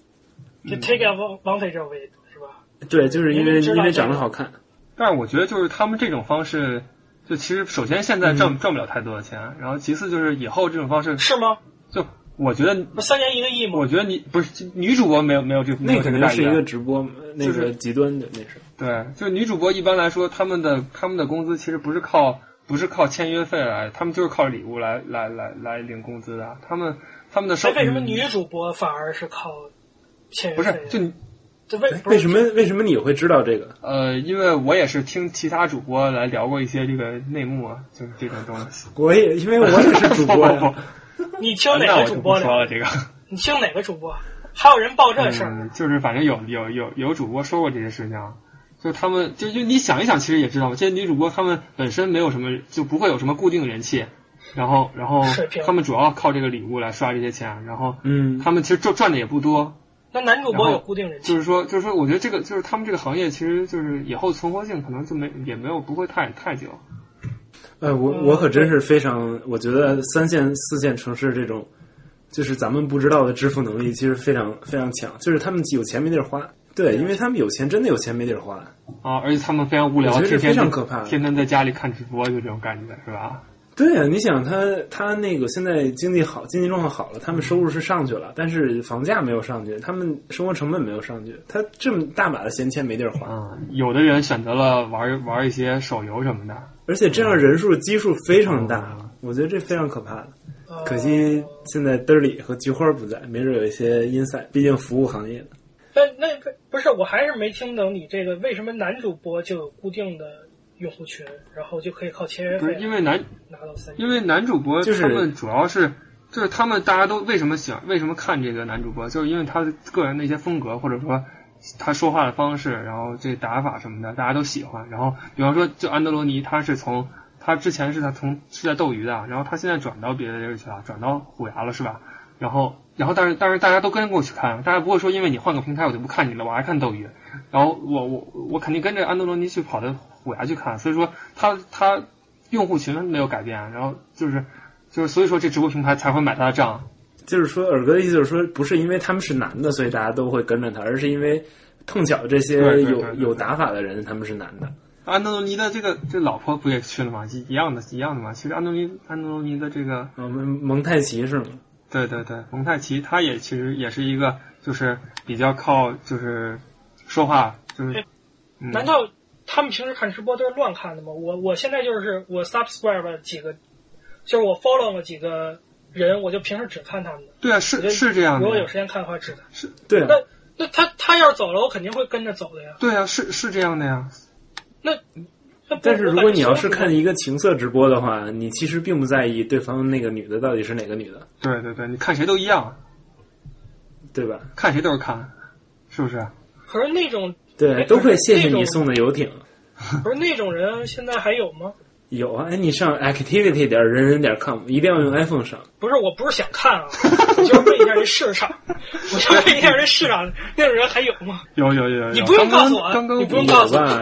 就 take out 王王菲这位是吧？对，就是因明为明知道因为这个长得好看，但是我觉得就是他们这种方式，就其实首先现在嗯赚、赚不了太多的钱，然后其次就是以后这种方式，是吗？就我觉得不是三年一个亿吗我？觉得你不是女主播没有没有这没那有肯这个定待是遇一啊，个直播那就个是极端的那是。对，就是女主播一般来说，他们的他们的工资其实不是靠不是靠签约费来，他们就是靠礼物来来来来领工资的。啊他们他们的收哎，为什么嗯女主播反而是靠签约不费是就哎你这为不哎为是什么为什么你会知道这个？呃，因为我也是听其他主播来聊过一些这个内幕啊，就是这种东西。我也因为我也是主 播不不呀 不，你听啊哪那个我主就播不说的？了这个。你听哪个主播？还有人报这事儿呢？嗯，就是反正有有有有主播说过这些事情啊，就他们就就你想一想，其实也知道嘛，这些女主播她们本身没有什么，就不会有什么固定人气，然后然后水平她们主要靠这个礼物来刷这些钱，然后嗯，她们其实赚赚的也不多，那男主然播后有固定人气就，是说就是说，我觉得这个就是他们这个行业其实就是以后存活性可能就没也没有不会太太久，哎，我我可真是非常，我觉得三线、四线城市这种，就是咱们不知道的支付能力，其实非常非常强。就是他们有钱没地儿花，对，因为他们有钱，真的有钱没地儿花。啊，而且他们非常无聊，我觉得这天天非常可怕天天在家里看直播，就这种感觉是吧？对啊，你想他他那个现在经济好，经济状况好了，他们收入是上去了，但是房价没有上去，他们生活成本没有上去，他这么大把的闲钱没地儿花，啊、有的人选择了玩玩一些手游什么的，而且这样人数基数非常大，嗯我觉得这非常可怕。呃可惜现在嘚儿里和菊花不在，没准有一些阴塞，毕竟服务行业的。那那个不是，我还是没听懂你这个为什么男主播就有固定的用户群，然后就可以靠签约不是费因为男拿到三亿？因为男主播就是他们主要是就是他们大家都为什么喜欢为什么看这个男主播，就是因为他个人的一些风格或者说他说话的方式，然后这打法什么的，大家都喜欢。然后比方说，就安德罗尼他是从他之啊前是他从是在斗鱼的，然后他现在转到别的地儿去了，转到虎牙了是吧？然后然后但是但是大家都跟过去看，啊大家不会说因为你换个平台我就不看你了，我还看斗鱼。然后我我我肯定跟着安东罗尼去跑到虎牙去看，啊所以说他他用户群没有改变，啊然后就是就是所以说这直播平台才会买他的账。就是说，尔哥的意思就是说，不是因为他们是男的，所以大家都会跟着他，而是因为碰巧这些对对对有对对有打法的人他们是男的。安东尼的这个这老婆不也去了吗？一一样的，一样的嘛。其实安东尼安东尼的这个我们呃蒙太奇是吗？对对对，蒙太奇他也其实也是一个就是比较靠就是说话就是哎，嗯难道他们平时看直播都是乱看的吗？我我现在就是我 subscribe 了几个，就是我 follow 了几个人，我就平时只看他们的。对啊，我觉是得是这样如的果有呀，时间看的话，只看。对啊，那那他他要是走了，我肯定会跟着走的呀。对啊，是是这样的呀。那不但是如果你要是，我感看觉一个情色直播的话，你其实并不在意对方那个女的到底是哪个女的，对对对，你看谁都一样，对吧？看谁都是看，是不啊是？可是那 种对，哎都会谢谢这你种送的游艇。不是那种人，现在还有吗？有啊，哎，你上 activity 点人人点 com，一定要用 iPhone 上。不是，我不是想看 啊，我就是问一下这市场，我就问一下这市场那种人还有吗？有有有有，你不用刚刚告诉我啊刚刚你不用五告诉有吧？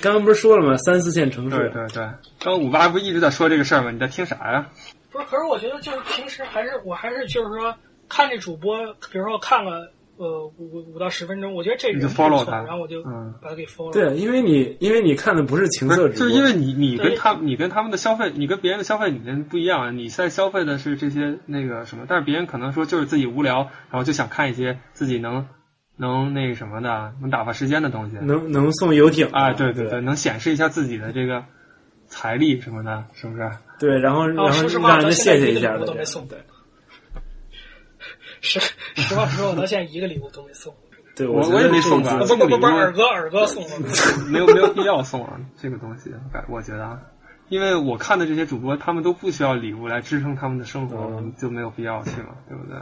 刚刚不是说了吗？三四线城对市，对对，刚刚五八不一直在说这个事儿吗？你在听啥呀？不是，可是我觉得就是平时还是我还是就是说看这主播，比如说看个呃五五到十分钟，我觉得这人你就不错 follow 他然后我就嗯把他给 follow 了。对，因为你因为你看的不是情不色是，直就播，是因为你你跟对他你跟他们的消费，你跟别人的消费理念不一样，你在消费的是这些那个什么，但是别人可能说就是自己无聊，然后就想看一些自己能能那个什么的，能打发时间的东西。能能送游艇啊，对对对对，能显示一下自己的这个财力什么的，是不是？对，然后然后啊说实话让人家到现谢在谢一一个下礼物的这都没样送对实实话实说，我到现在一个礼物都没送。 对，我觉我也得没这送一过次不送不不礼不，物耳哥耳哥送我。没有没有必要送啊，这个东西，感我觉得，啊，因为我看的这些主播，他们都不需要礼物来支撑他们的生活，嗯就没有必要去嘛，对不对？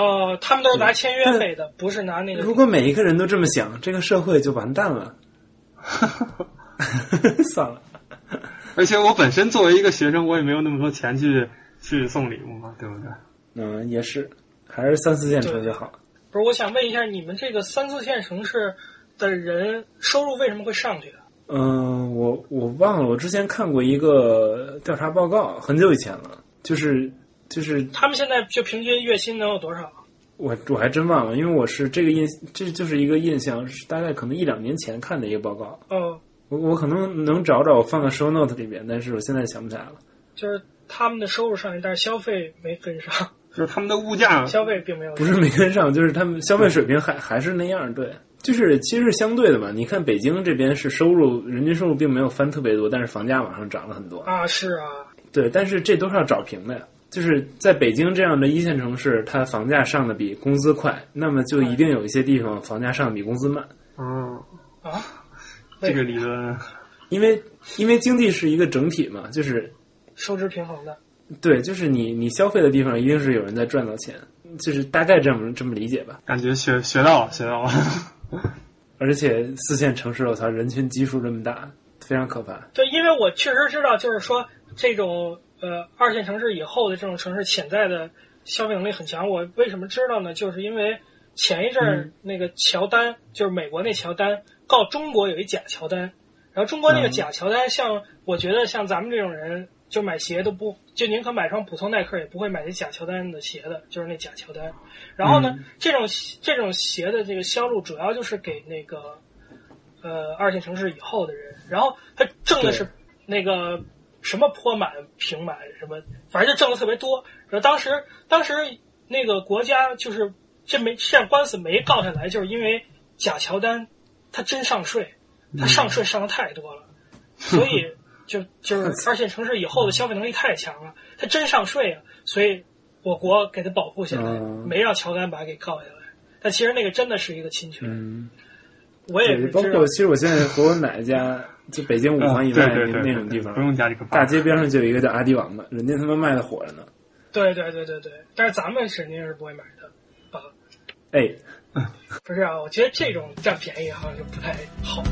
呃，他们都是拿签约费的，不是拿那个。如果每一个人都这么想，这个社会就完蛋了。 算了，而且我本身作为一个学生，我也没有那么多钱去去送礼物嘛，对不对？嗯，也是，还是三四线城就好。不是，我想问一下，你们这个三四线城市的人收入为什么会上去啊？嗯，我我忘了，我之前看过一个调查报告，很久以前了，就是就是他们现在就平均月薪能有多少？啊我我还真忘了，因为我是这个印，这就是一个印象，是大概可能一两年前看的一个报告，呃，我我可能能找找，我放到 show note 里边，但是我现在想不起来了。就是他们的收入上去，但是消费没跟上，就是他们的物价，消费并没有不是没跟上，就是他们消费水平还还是那样，对，就是其实是相对的嘛。你看北京这边是收入，人均收入并没有翻特别多，但是房价往上涨了很多，啊，是啊，对，但是这都是要找平的呀。就是在北京这样的一线城市，它房价上的比工资快，那么就一定有一些地方房价上的比工资慢，嗯，啊，这个理论，因为因为经济是一个整体嘛，就是收支平衡的。对，就是你你消费的地方一定是有人在赚到钱，就是大概这么这么理解吧。感觉学学到了，学到了。而且四线城市，我操，人群基数这么大，非常可怕。对，因为我确实知道，就是说这种呃二线城市以后的这种城市潜在的消费能力很强。我为什么知道呢？就是因为前一阵儿那个乔丹，就是美国那乔丹告中国有一假乔丹，然后中国那个假乔丹，像我觉得像咱们这种人。就买鞋都不，就宁可买双普通耐克，也不会买那假乔丹的鞋的，就是那假乔丹。然后呢，这种这种鞋的这个销路主要就是给那个呃二线城市以后的人，然后他挣的是那个什么坡满、平满什么，反正就挣的特别多。然后当时当时那个国家就是这没这样官司没告下来，就是因为假乔丹他真上税，嗯他上税上的太多了，所以就就是二线城市以后的消费能力太强了，他真上税啊，所以我国给他保护下来，嗯没让乔丹把他给告下来。但其实那个真的是一个侵权，嗯，我也是包知道括其实我现在和我奶奶家，就北京五环以对外嗯对那对，那种地不方，用加这个大街边上就有一个叫阿迪王的，人家他妈卖的火着呢。对对对对对，但是咱们肯定是不会买的，啊哎，不是啊？我觉得这种占便宜好像就不太好。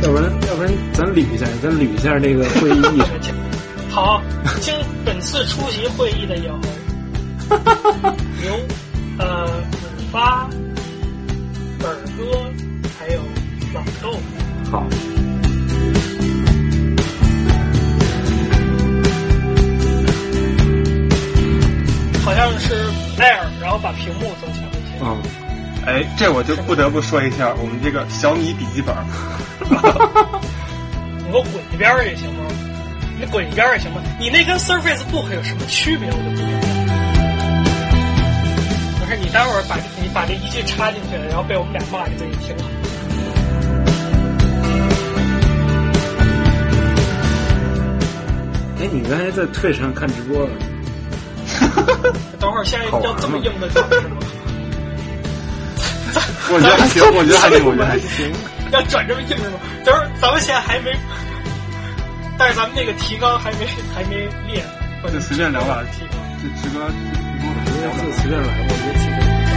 要不然要不咱捋一下，咱捋一下这个会议 议程。好，经本次出席会议的有刘呃尔发、尔哥，还有老豆。好，好像是奈尔，然后把屏幕增强一些。嗯，哎，这我就不得不说一下我们这个小米笔记本儿，你给我滚一边儿也行吗？你滚一边儿也行吗？你那跟 Surface Book 有什么区别？我就不明白。不是，你待会儿把你把这一句插进去，然后被我们俩骂，你自己听好。哎，你刚才在退上看直播了？等会儿现在要这么硬的转是吗？我觉得还行，我觉得还行，我觉得还行。要转这么硬是吗？等会儿咱们现在还没，但是咱们那个提纲还没还没列，我就随便聊吧提纲。这直播直播怎么就聊随便来吧，我觉得挺。